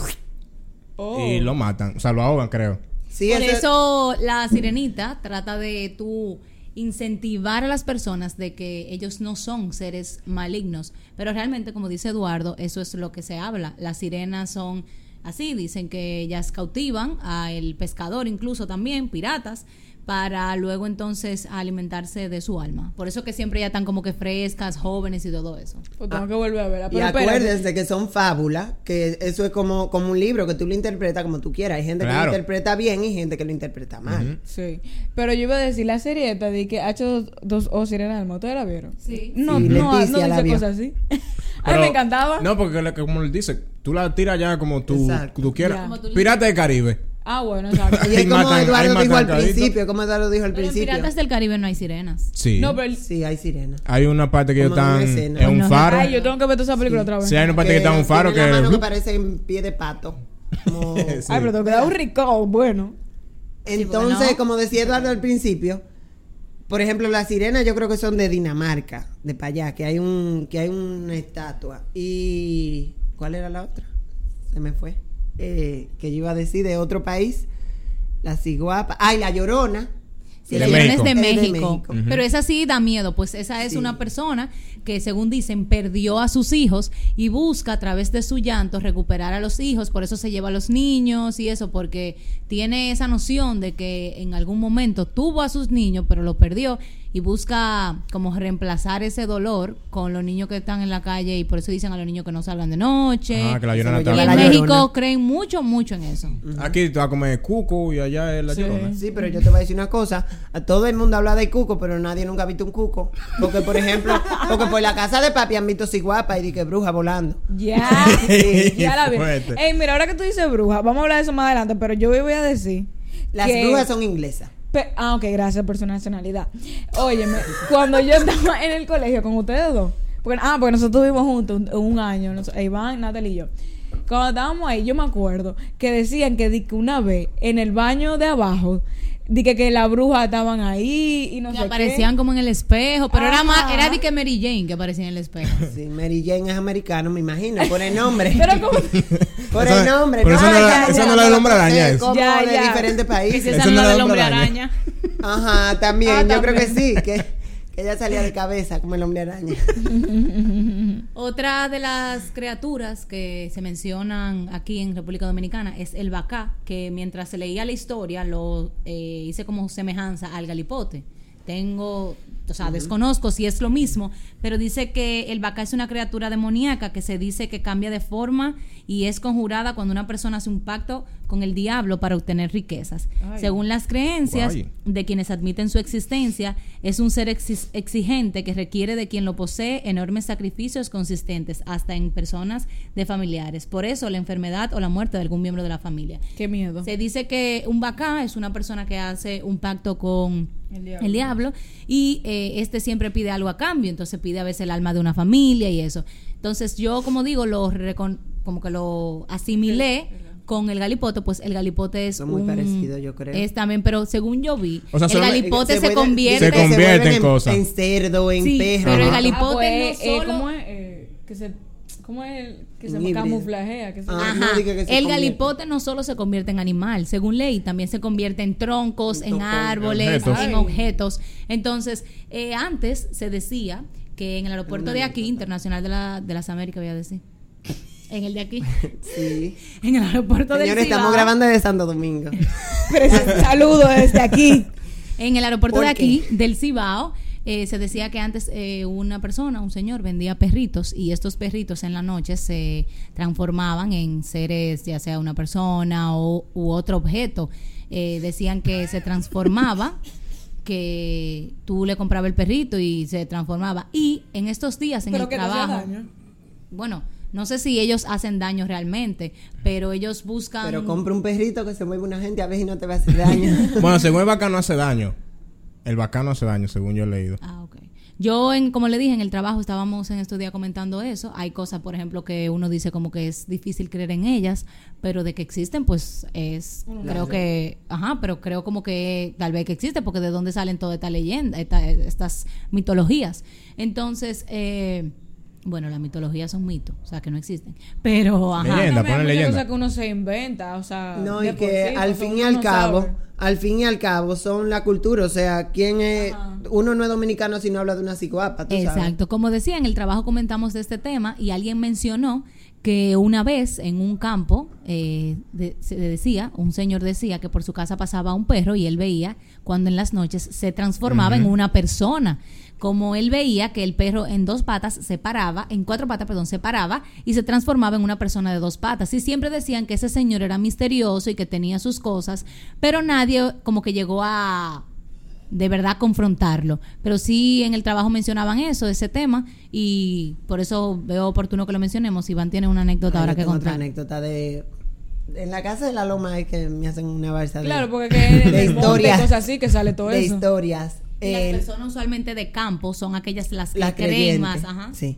Speaker 3: Oh.
Speaker 2: y lo matan. O sea, lo ahogan, creo.
Speaker 5: sí,
Speaker 1: Por
Speaker 5: eso-
Speaker 1: eso la sirenita trata de tú incentivar a las personas de que ellos no son seres malignos. Pero realmente, como dice Eduardo, eso es lo que se habla. Las sirenas son así, dicen que ellas cautivan al pescador, incluso también piratas, para luego entonces alimentarse de su alma. Por eso que siempre ya están como que frescas, jóvenes y todo eso.
Speaker 3: Pues tengo que volver a verla.
Speaker 5: Ah. Y
Speaker 3: Pero espérate.
Speaker 5: acuérdense que son fábulas, que eso es como, como un libro, que tú lo interpretas como tú quieras. Hay gente que
Speaker 2: Claro.
Speaker 5: lo interpreta bien y gente que lo interpreta mal.
Speaker 3: Sí. Pero yo iba a decir la serieta de que H2O Sirena del Motor la vieron.
Speaker 1: Sí.
Speaker 3: No,
Speaker 5: Sí,
Speaker 3: no,
Speaker 5: Leticia
Speaker 3: no
Speaker 5: la
Speaker 3: dice
Speaker 5: vio.
Speaker 3: cosas así. A mí
Speaker 2: Pero-
Speaker 3: me encantaba.
Speaker 2: No, porque lo que- como él dice, tú la tiras ya como tú,
Speaker 5: Exacto.
Speaker 2: tú quieras.
Speaker 3: Ya. Como
Speaker 1: tú le-
Speaker 2: Pirata del Caribe.
Speaker 3: Ah, bueno, exacto.
Speaker 5: Y
Speaker 2: Ahí
Speaker 5: es como
Speaker 2: matan-
Speaker 5: Eduardo
Speaker 2: ahí
Speaker 5: dijo al
Speaker 2: matan cabrito.
Speaker 5: principio, como Eduardo dijo al
Speaker 1: Pero en
Speaker 5: principio.
Speaker 1: Piratas del Caribe no hay sirenas.
Speaker 2: Sí.
Speaker 3: No, pero el-
Speaker 5: Sí, hay sirena.
Speaker 2: Hay una parte que ellos
Speaker 5: Como en
Speaker 2: están
Speaker 5: una
Speaker 2: en
Speaker 5: escena.
Speaker 2: un
Speaker 1: Ay,
Speaker 2: faro.
Speaker 3: Ay, yo tengo que ver toda esa película otra vez.
Speaker 2: Sí, hay una parte que, está en un faro
Speaker 5: tiene la mano que
Speaker 2: que... uh.
Speaker 5: parece en pie de pato. Como-
Speaker 2: Sí.
Speaker 3: Ay, pero tengo que dar un rico, bueno.
Speaker 5: Entonces,
Speaker 1: no.
Speaker 5: como decía Eduardo al principio, por ejemplo, las sirenas yo creo que son de Dinamarca, de para allá, que hay un que hay una estatua. ¿Y cuál era la otra? Se me fue. Eh, que yo iba a decir de otro país, la ciguapa, ay, la llorona.
Speaker 1: Sí, la
Speaker 2: De
Speaker 1: llorona es de
Speaker 5: México.
Speaker 1: México.
Speaker 5: Es de México.
Speaker 2: Ujú.
Speaker 1: Pero esa sí da miedo, pues esa es
Speaker 5: Sí.
Speaker 1: una persona que, según dicen, perdió a sus hijos y busca a través de su llanto recuperar a los hijos, por eso se lleva a los niños y eso, porque tiene esa noción de que en algún momento tuvo a sus niños, pero lo perdió y busca como reemplazar ese dolor con los niños que están en la calle y por eso dicen a los niños que no salgan de noche.
Speaker 2: Ah, que la
Speaker 5: se
Speaker 2: llorona
Speaker 5: lo
Speaker 2: está-
Speaker 1: y
Speaker 5: lleva
Speaker 1: en
Speaker 5: la
Speaker 1: México
Speaker 5: llorona.
Speaker 1: creen mucho, mucho en eso.
Speaker 2: Aquí te va a comer cuco y allá es la llorona.
Speaker 5: Sí, pero yo te voy a decir una cosa. A todo el mundo habla de cuco, pero nadie nunca ha visto un cuco. Porque, por ejemplo, porque por la casa de papi han visto ciguapa y di que bruja volando.
Speaker 3: Ya, ya la vi.
Speaker 2: Fuerte.
Speaker 3: Ey, mira, ahora que tú dices bruja, vamos a hablar de eso más adelante, pero yo hoy voy a decir.
Speaker 5: Las
Speaker 3: que-
Speaker 5: brujas son inglesas.
Speaker 3: Pe- ah, ok, gracias por su nacionalidad. Óyeme, cuando yo estaba en el colegio con ustedes dos, porque, ah, porque nosotros vivimos juntos un, un año, nos- eh, Iván, Natalie y yo. Cuando estábamos ahí, yo me acuerdo que decían que, di que una vez en el baño de abajo, di que, que las brujas estaban ahí y no
Speaker 1: Que
Speaker 3: sé
Speaker 1: aparecían
Speaker 3: qué.
Speaker 1: como en el espejo, pero era más,
Speaker 3: Ajá.
Speaker 1: era de que Mary Jane que aparecía en el espejo.
Speaker 5: Sí, Mary Jane es americano, me imagino, por el nombre.
Speaker 3: Pero como.
Speaker 5: por
Speaker 2: Esa-
Speaker 5: el nombre.
Speaker 2: pero esa no
Speaker 5: Ay,
Speaker 2: la-
Speaker 5: ya,
Speaker 2: esa
Speaker 5: ya,
Speaker 2: no la
Speaker 5: ya,
Speaker 2: del hombre
Speaker 5: ya,
Speaker 2: araña, es.
Speaker 5: como
Speaker 3: Ya,
Speaker 5: de
Speaker 3: ya.
Speaker 1: Que
Speaker 5: diferentes
Speaker 1: si
Speaker 5: países.
Speaker 2: Esa
Speaker 1: esa no
Speaker 2: no
Speaker 1: es la
Speaker 2: era
Speaker 1: del
Speaker 2: hombre
Speaker 1: hombre
Speaker 2: araña.
Speaker 1: araña.
Speaker 5: Ajá, también.
Speaker 3: Ah,
Speaker 5: yo creo que
Speaker 3: también.
Speaker 5: sí, que, que ella salía de cabeza como el hombre araña.
Speaker 1: Otra de las criaturas que se mencionan aquí en República Dominicana es el bacá, que mientras se leía la historia lo eh, hice como semejanza al galipote. Tengo, o sea, desconozco si es lo mismo, pero dice que el bacá es una criatura demoníaca que se dice que cambia de forma y es conjurada cuando una persona hace un pacto con el diablo para obtener riquezas.
Speaker 3: Ay.
Speaker 1: Según las creencias,
Speaker 2: Guay.
Speaker 1: de quienes admiten su existencia, es un ser exis- exigente que requiere de quien lo posee enormes sacrificios consistentes, hasta en personas de familiares. Por eso la enfermedad o la muerte de algún miembro de la familia.
Speaker 3: Qué miedo.
Speaker 1: Se dice que un bacá es una persona que hace un pacto con
Speaker 3: El
Speaker 1: el
Speaker 3: diablo.
Speaker 1: diablo, y eh, este siempre pide algo a cambio, entonces pide a veces el alma de una familia y eso. Entonces yo, como digo, lo recon- como que lo asimilé con el galipote, pues el galipote es
Speaker 5: Son muy
Speaker 1: un-
Speaker 5: parecidos, yo creo.
Speaker 1: Es también, pero según yo vi,
Speaker 2: O sea,
Speaker 1: el
Speaker 2: solo-
Speaker 1: galipote se,
Speaker 5: vuelven-
Speaker 1: convierte
Speaker 2: Se convierte
Speaker 5: vuelven
Speaker 2: en cosas.
Speaker 5: En cerdo, en
Speaker 1: Sí,
Speaker 5: perro.
Speaker 1: pero el
Speaker 5: Ajá.
Speaker 1: galipote
Speaker 3: Ah, pues,
Speaker 1: no
Speaker 3: eh,
Speaker 1: solo-
Speaker 3: ¿Cómo es? Eh, que se, ¿Cómo es el que se
Speaker 5: Un híbrido.
Speaker 3: camuflajea? Que se-
Speaker 5: Ah. no
Speaker 1: Ajá.
Speaker 5: diga que se
Speaker 1: el
Speaker 5: convierte.
Speaker 1: galipote no solo se convierte en animal, según ley, también se convierte en troncos, en
Speaker 5: tronco, en
Speaker 1: árboles,
Speaker 2: objetos.
Speaker 1: en
Speaker 3: Ay.
Speaker 1: objetos. Entonces, eh, antes se decía que en el aeropuerto de aquí, Internacional de, la- de las Américas, voy a decir. En el de aquí.
Speaker 5: Sí.
Speaker 1: En el aeropuerto de
Speaker 5: Señores, estamos grabando desde Santo Domingo.
Speaker 3: Pero es un saludo desde aquí.
Speaker 1: En el aeropuerto
Speaker 5: ¿Por
Speaker 1: de
Speaker 5: qué?
Speaker 1: aquí, del Cibao, eh, se decía que antes eh, una persona, un señor, vendía perritos y estos perritos en la noche se transformaban en seres, ya sea una persona o, u otro objeto. Eh, decían que se transformaba, que tú le comprabas el perrito y se transformaba. Y en estos días en
Speaker 3: Pero
Speaker 1: el
Speaker 3: que no hacía
Speaker 1: trabajo,
Speaker 3: daño.
Speaker 1: bueno, no sé si ellos hacen daño realmente, pero ellos buscan.
Speaker 5: Pero compra un perrito que se mueve una gente a ver si no te va a hacer daño.
Speaker 2: Bueno, según el bacano hace daño. El bacano hace daño, según yo he leído.
Speaker 1: Ah, ok. Yo, en, como le dije, en el trabajo estábamos en estos días comentando eso. Hay cosas, por ejemplo, que uno dice como que es difícil creer en ellas, pero de que existen, pues es, creo que, ajá, pero creo como que tal vez que existe, porque de dónde salen todas estas leyendas, esta- estas mitologías. Entonces, eh, bueno, las mitologías son mitos, o sea, que no existen. Pero, ajá.
Speaker 2: Leyenda.
Speaker 3: También
Speaker 2: ponen
Speaker 3: hay muchas
Speaker 2: leyenda.
Speaker 3: cosas que uno se inventa, o sea.
Speaker 5: No,
Speaker 3: de
Speaker 5: y
Speaker 3: por
Speaker 5: que
Speaker 3: sí,
Speaker 5: al
Speaker 3: porque
Speaker 5: fin y
Speaker 3: uno
Speaker 5: al
Speaker 3: no
Speaker 5: cabo,
Speaker 3: sabe.
Speaker 5: al fin y al cabo son la cultura, o sea, quién es, uno no es dominicano si no habla de una ciguapa, tú
Speaker 1: Exacto,
Speaker 5: sabes.
Speaker 1: como decía, en el trabajo comentamos de este tema y alguien mencionó que una vez en un campo eh, de- se decía, un señor decía que por su casa pasaba un perro y él veía cuando en las noches se transformaba en una persona. Como él veía que el perro en dos patas se paraba, en cuatro patas, perdón, se paraba y se transformaba en una persona de dos patas. Y siempre decían que ese señor era misterioso y que tenía sus cosas, pero nadie como que llegó a de verdad confrontarlo. Pero sí en el trabajo mencionaban eso, ese tema, y por eso veo oportuno que lo mencionemos. Iván tiene una anécdota
Speaker 5: Ay,
Speaker 1: ahora
Speaker 5: yo
Speaker 1: que
Speaker 5: tengo otra
Speaker 1: contar.
Speaker 5: anécdota de en la casa de la loma es que me hacen una balsa de
Speaker 3: Claro, porque que en
Speaker 5: de
Speaker 3: el monte y
Speaker 5: historias.
Speaker 3: cosas así que sale todo
Speaker 5: de
Speaker 3: eso.
Speaker 5: historias.
Speaker 1: Y las
Speaker 5: El-
Speaker 1: personas usualmente de campo son aquellas las que
Speaker 5: las
Speaker 1: creen
Speaker 5: creyentes,
Speaker 1: más. Ajá.
Speaker 5: Sí.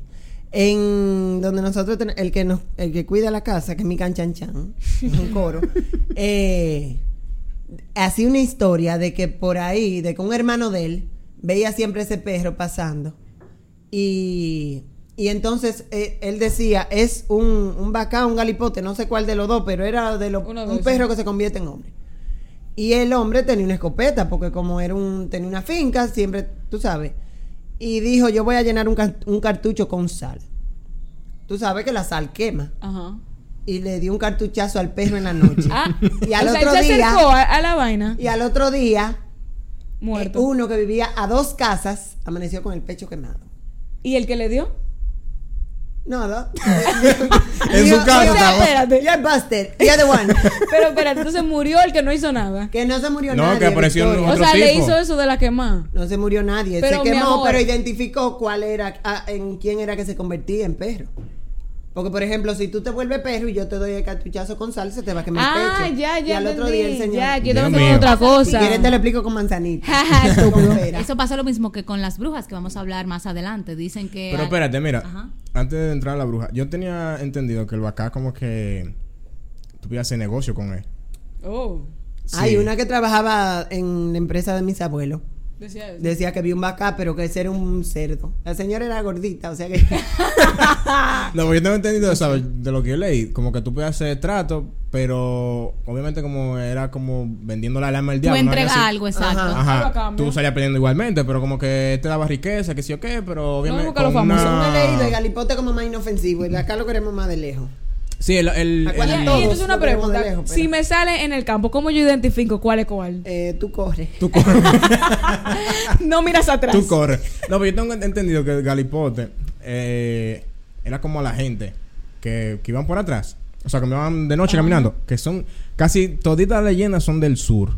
Speaker 5: En donde nosotros ten- el que nos el que cuida la casa, que es mi canchanchan, es un coro. eh, hacía una historia de que por ahí, de que un hermano de él veía siempre ese perro pasando. Y, y entonces eh, él decía, es un, un bacá, un galipote, no sé cuál de los dos, pero era de los-
Speaker 3: Uno de
Speaker 5: un
Speaker 3: esos.
Speaker 5: perro que se convierte en hombre. Y el hombre tenía una escopeta, porque como era un, tenía una finca, siempre, tú sabes. Y dijo, yo voy a llenar un, car- un cartucho con sal. Tú sabes que la sal quema.
Speaker 3: Ajá.
Speaker 5: Y le dio un cartuchazo al perro en la noche.
Speaker 3: Ah,
Speaker 5: y al
Speaker 3: o sea,
Speaker 5: otro
Speaker 3: él se
Speaker 5: día, Eh,
Speaker 3: acercó a, a la vaina.
Speaker 5: y al otro día,
Speaker 3: Muerto.
Speaker 5: Eh, uno que vivía a dos casas amaneció con el pecho quemado.
Speaker 3: ¿Y el que le dio?
Speaker 5: No, no.
Speaker 2: En su casa
Speaker 3: o sea,
Speaker 2: estaba.
Speaker 3: espérate.
Speaker 5: You're busted. You're the one.
Speaker 3: Pero espérate, entonces murió el que no hizo nada.
Speaker 5: Que no se murió
Speaker 2: No,
Speaker 5: nadie.
Speaker 2: que apareció
Speaker 5: Victoria.
Speaker 3: O
Speaker 2: Otro
Speaker 3: sea, le
Speaker 2: tipo.
Speaker 3: hizo eso de la quemada.
Speaker 5: No se murió nadie.
Speaker 3: Pero,
Speaker 5: se
Speaker 3: mi
Speaker 5: quemó,
Speaker 3: amor.
Speaker 5: pero identificó cuál era, a- en quién era que se convertía en perro. Porque, por ejemplo, si tú te vuelves perro y yo te doy el cartuchazo con sal, se te va a quemar el
Speaker 3: Ah,
Speaker 5: pecho.
Speaker 3: ya,
Speaker 5: Y
Speaker 3: ya.
Speaker 5: al otro
Speaker 3: entendí.
Speaker 5: día el señor.
Speaker 3: Ya, yo
Speaker 2: Dios
Speaker 3: tengo que
Speaker 2: mío.
Speaker 3: otra
Speaker 5: si
Speaker 3: cosa.
Speaker 5: quieres, te lo explico con manzanita.
Speaker 3: Jaja, estúpido.
Speaker 5: Con pera.
Speaker 1: Eso pasa lo mismo que con las brujas que vamos a hablar más adelante. Dicen que. Eh,
Speaker 2: Pero
Speaker 1: al-
Speaker 2: espérate, mira.
Speaker 1: Ajá.
Speaker 2: Antes de entrar a la bruja, yo tenía entendido que el Bacá como que tuviera ese negocio con él.
Speaker 3: Oh,
Speaker 2: Sí.
Speaker 5: Hay una que trabajaba en la empresa de mis abuelos.
Speaker 3: decía eso.
Speaker 5: Decía que vio un vaca, pero que ese era un cerdo. La señora era gordita, o sea que.
Speaker 1: Ah.
Speaker 2: No, pero yo tengo entendido o sea, de lo que yo leí. Como que tú puedes hacer trato, pero obviamente como era como vendiendo la alma al
Speaker 1: Tú
Speaker 2: diablo. una vaina
Speaker 1: entregas
Speaker 2: así.
Speaker 1: algo, exacto.
Speaker 3: Algo
Speaker 2: Ajá,
Speaker 3: a cambio.
Speaker 2: tú salías perdiendo igualmente, pero como que te daba riqueza, que sí o qué, pero obviamente.
Speaker 3: porque los
Speaker 2: con
Speaker 3: famosos
Speaker 5: Yo
Speaker 2: una-
Speaker 5: no he leído el galipote como más inofensivo. Y acá lo queremos más de lejos.
Speaker 2: Sí, el. el-
Speaker 5: Acuérdate
Speaker 2: el-
Speaker 3: Y
Speaker 5: todos,
Speaker 3: entonces una
Speaker 5: lo queremos
Speaker 3: pregunta.
Speaker 5: de lejos, pero-
Speaker 3: si me sale en el campo, ¿cómo yo identifico cuál es cuál?
Speaker 5: Eh, ah. tú corres.
Speaker 2: tú corres.
Speaker 3: no miras atrás.
Speaker 2: tú corres. No, pero yo tengo entendido que el galipote eh, era como a la gente que, que iban por atrás. O sea, que me van de noche caminando. Que son. Casi toditas las leyendas son del sur.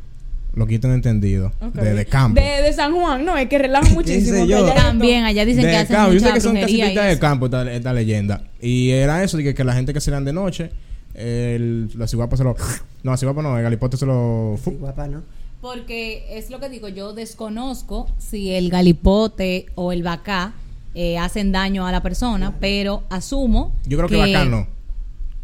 Speaker 2: Lo que yo tengo entendido.
Speaker 3: Ok.
Speaker 2: De, de campo.
Speaker 3: De, de San Juan, no, es que relajo muchísimo.
Speaker 2: sé
Speaker 3: que
Speaker 2: yo?
Speaker 3: allá hay
Speaker 1: También allá dicen
Speaker 2: de
Speaker 1: que hacen
Speaker 2: campo. Yo sé
Speaker 1: mucha
Speaker 2: que son casi
Speaker 1: brujería. y
Speaker 2: toditas de
Speaker 1: eso.
Speaker 2: campo, esta, esta leyenda. Y era eso, de que, que la gente que se eran de noche. El, la ciguapa se lo. No, la ciguapa no, el galipote se lo.
Speaker 5: Sí, guapa, ¿no?
Speaker 1: Porque es lo que digo, yo desconozco si el galipote o el bacá eh, hacen daño a la persona, pero asumo.
Speaker 2: Yo creo que, bacano.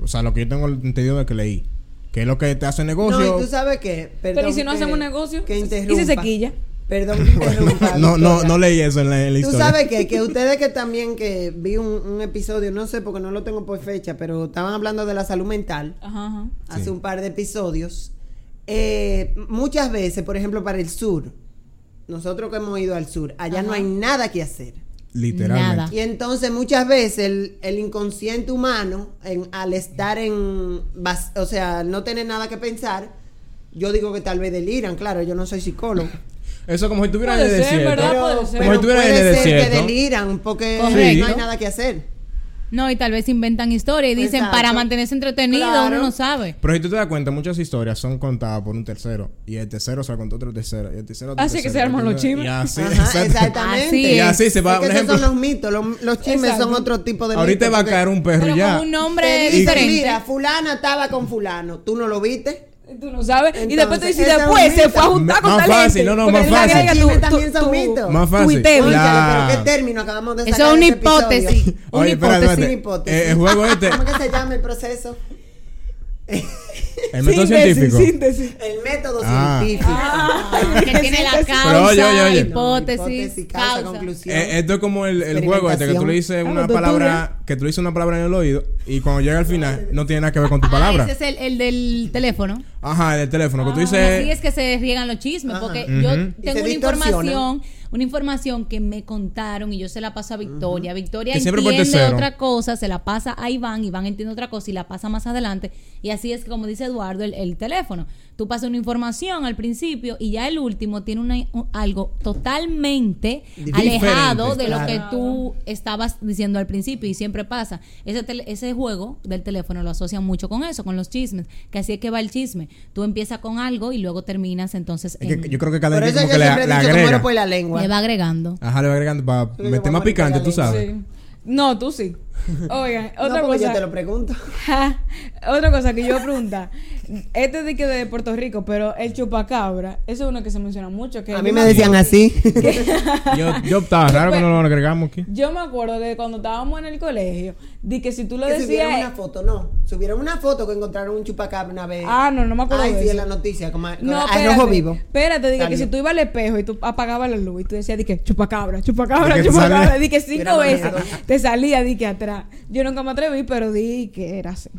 Speaker 2: O sea, lo que yo tengo entendido de que leí. Que es lo que te hace negocio.
Speaker 5: No, y tú sabes qué. Perdón,
Speaker 3: Pero ¿y si no
Speaker 5: que-
Speaker 3: hacemos negocio?
Speaker 5: Que
Speaker 3: ¿Y se
Speaker 5: interrumpa.
Speaker 3: sequilla?
Speaker 5: Perdón que interrumpa.
Speaker 2: no, no,
Speaker 5: doctora.
Speaker 2: no leí eso en la, en la
Speaker 5: Tú
Speaker 2: historia.
Speaker 5: sabes que, que ustedes que también que vi un, un episodio, no sé porque no lo tengo por fecha, pero estaban hablando de la salud mental
Speaker 3: Ajá, ajá.
Speaker 5: hace
Speaker 2: Sí.
Speaker 5: un par de episodios. Eh, muchas veces, por ejemplo, para el sur, nosotros que hemos ido al sur, allá no hay nada que hacer.
Speaker 2: Literalmente.
Speaker 1: Nada.
Speaker 5: Y entonces muchas veces el, el inconsciente humano, en- al estar en, vas- o sea, no tener nada que pensar, yo digo que tal vez deliran, claro, yo no soy psicólogo.
Speaker 2: Eso como si estuviera en
Speaker 3: Puede
Speaker 2: el
Speaker 3: ser,
Speaker 2: desierto.
Speaker 3: ¿verdad?
Speaker 5: Pero,
Speaker 3: puede ser.
Speaker 5: pero
Speaker 2: Como si estuviera en
Speaker 5: puede
Speaker 2: el
Speaker 5: ser que
Speaker 2: desierto.
Speaker 5: deliran porque
Speaker 2: Correcto.
Speaker 5: no hay nada que hacer.
Speaker 1: No, y tal vez inventan historias y dicen
Speaker 5: Exacto.
Speaker 1: para mantenerse entretenido,
Speaker 5: Claro.
Speaker 1: uno no sabe.
Speaker 2: Pero si tú te das cuenta, muchas historias son contadas por un tercero. Y el tercero se la contó otro tercero. Y el tercero otro
Speaker 3: Así que
Speaker 2: tercero,
Speaker 3: se arman los
Speaker 2: tercero,
Speaker 3: chismes.
Speaker 2: Y así,
Speaker 5: Ajá,
Speaker 2: exacto.
Speaker 5: exactamente.
Speaker 1: Así
Speaker 2: Y así se va,
Speaker 5: Es que
Speaker 2: un
Speaker 5: esos
Speaker 2: ejemplo.
Speaker 5: son los mitos, los, los chismes
Speaker 3: Exacto.
Speaker 5: son otro tipo de
Speaker 2: Ahorita
Speaker 5: mitos,
Speaker 2: va a
Speaker 5: porque
Speaker 2: caer un perro
Speaker 1: Pero
Speaker 2: ya.
Speaker 1: con un
Speaker 5: te
Speaker 1: nombre
Speaker 5: dicen,
Speaker 1: diferente.
Speaker 5: Mira, fulana estaba con fulano, tú no lo viste.
Speaker 3: Tú no sabes. y
Speaker 5: Entonces,
Speaker 3: después tú dices,
Speaker 5: esa es
Speaker 3: después
Speaker 5: un
Speaker 3: se
Speaker 5: mito.
Speaker 3: fue a juntar con
Speaker 2: Más
Speaker 3: tal
Speaker 2: fácil,
Speaker 3: gente.
Speaker 2: no, no,
Speaker 3: Porque
Speaker 2: más
Speaker 3: tú la
Speaker 2: fácil.
Speaker 3: veas que
Speaker 5: Los
Speaker 3: tú-
Speaker 5: chismes
Speaker 3: tú-
Speaker 5: también son
Speaker 3: tú-
Speaker 5: mitos.
Speaker 2: Más fácil.
Speaker 3: Tuiteo.
Speaker 5: Cónchale,
Speaker 2: La-
Speaker 5: pero qué término acabamos de
Speaker 1: Eso
Speaker 5: sacar
Speaker 1: es una
Speaker 5: de este
Speaker 1: hipótesis.
Speaker 5: episodio.
Speaker 1: Una
Speaker 2: Oye, espérate,
Speaker 1: hipótesis.
Speaker 2: espérate.
Speaker 5: hipótesis.
Speaker 2: Eh, el juego este,
Speaker 5: ¿Cómo que se llama el proceso?
Speaker 2: el método
Speaker 3: Síntesis,
Speaker 2: científico.
Speaker 3: síntesis.
Speaker 5: El método
Speaker 2: Ah.
Speaker 5: científico.
Speaker 1: Ah, que tiene la
Speaker 3: Pero
Speaker 1: causa,
Speaker 2: oye, oye, oye.
Speaker 1: hipótesis,
Speaker 5: causa,
Speaker 1: causa.
Speaker 5: conclusión.
Speaker 2: Eh, esto es como el, el juego este que tú le dices
Speaker 3: Ah,
Speaker 2: una
Speaker 3: pero tú
Speaker 2: palabra, que tú le dices una palabra en el oído y cuando llega al final no tiene nada que ver con tu palabra.
Speaker 1: Ah, ese es el, el del teléfono.
Speaker 2: Ajá, del teléfono, que tú
Speaker 1: Así
Speaker 2: dices
Speaker 1: Ah, es que se riegan los chismes, porque
Speaker 2: Ajá. Ujú.
Speaker 1: yo
Speaker 5: Y
Speaker 1: tengo
Speaker 5: se
Speaker 1: una
Speaker 5: distorsiona.
Speaker 1: información, una información que me contaron y yo se la paso a Victoria. Victoria
Speaker 2: Que siempre por
Speaker 1: entiende
Speaker 2: tercero.
Speaker 1: otra cosa, se la pasa a Iván, Iván entiende otra cosa y la pasa más adelante. Y así es como dice Eduardo, el, el teléfono. Tú pasas una información al principio y ya el último tiene una- un- algo totalmente
Speaker 2: Diferente,
Speaker 1: alejado de lo
Speaker 2: claro.
Speaker 1: que tú estabas diciendo al principio y siempre pasa. Ese, tele- ese juego del teléfono lo asocian mucho con eso, con los chismes, que así es que va el chisme. Tú empiezas con algo y luego terminas entonces
Speaker 2: Es que
Speaker 1: en-
Speaker 2: yo creo que cada
Speaker 5: Por
Speaker 2: quien
Speaker 5: eso
Speaker 2: como
Speaker 5: yo
Speaker 2: que
Speaker 5: siempre
Speaker 2: le,
Speaker 5: he
Speaker 2: le
Speaker 5: dicho que muero
Speaker 2: agrega.
Speaker 5: por la lengua.
Speaker 1: le va agregando.
Speaker 2: Ajá, le va agregando para
Speaker 5: le
Speaker 2: meter
Speaker 5: voy
Speaker 2: más
Speaker 5: a poner
Speaker 2: picante, tú
Speaker 5: la lengua.
Speaker 2: sabes.
Speaker 3: Sí. No, tú sí. Oigan,
Speaker 5: No,
Speaker 3: otra
Speaker 5: porque
Speaker 3: cosa.
Speaker 5: yo te lo pregunto.
Speaker 3: Ja, Otra cosa que yo pregunta, este es de que de Puerto Rico, pero el chupacabra, eso es uno que se menciona mucho. Que
Speaker 5: A
Speaker 3: yo
Speaker 5: mí me
Speaker 3: acuerdo
Speaker 5: decían
Speaker 3: que-
Speaker 5: así.
Speaker 2: Yo, yo estaba raro que no lo agregamos aquí.
Speaker 3: Yo me acuerdo de cuando estábamos en el colegio, de que si tú lo
Speaker 5: que subieron
Speaker 3: decías,
Speaker 5: una foto, no. Subieron una foto que encontraron un chupacabra una vez.
Speaker 3: Ah, no, no me acuerdo
Speaker 5: Ay,
Speaker 3: de
Speaker 5: sí,
Speaker 3: eso.
Speaker 5: en la noticia. Como, como-
Speaker 3: no,
Speaker 5: a
Speaker 3: espérate,
Speaker 5: rojo vivo.
Speaker 3: Espérate, dije que
Speaker 5: Salió.
Speaker 3: si tú ibas al espejo y tú apagabas la luz y tú decías, dije, chupacabra, chupacabra,
Speaker 2: Di que te
Speaker 3: chupacabra,
Speaker 2: salía.
Speaker 3: dije
Speaker 5: Era
Speaker 3: cinco veces,
Speaker 5: manejo.
Speaker 3: te salía, dije atrás. Yo nunca me atreví, pero di que era así.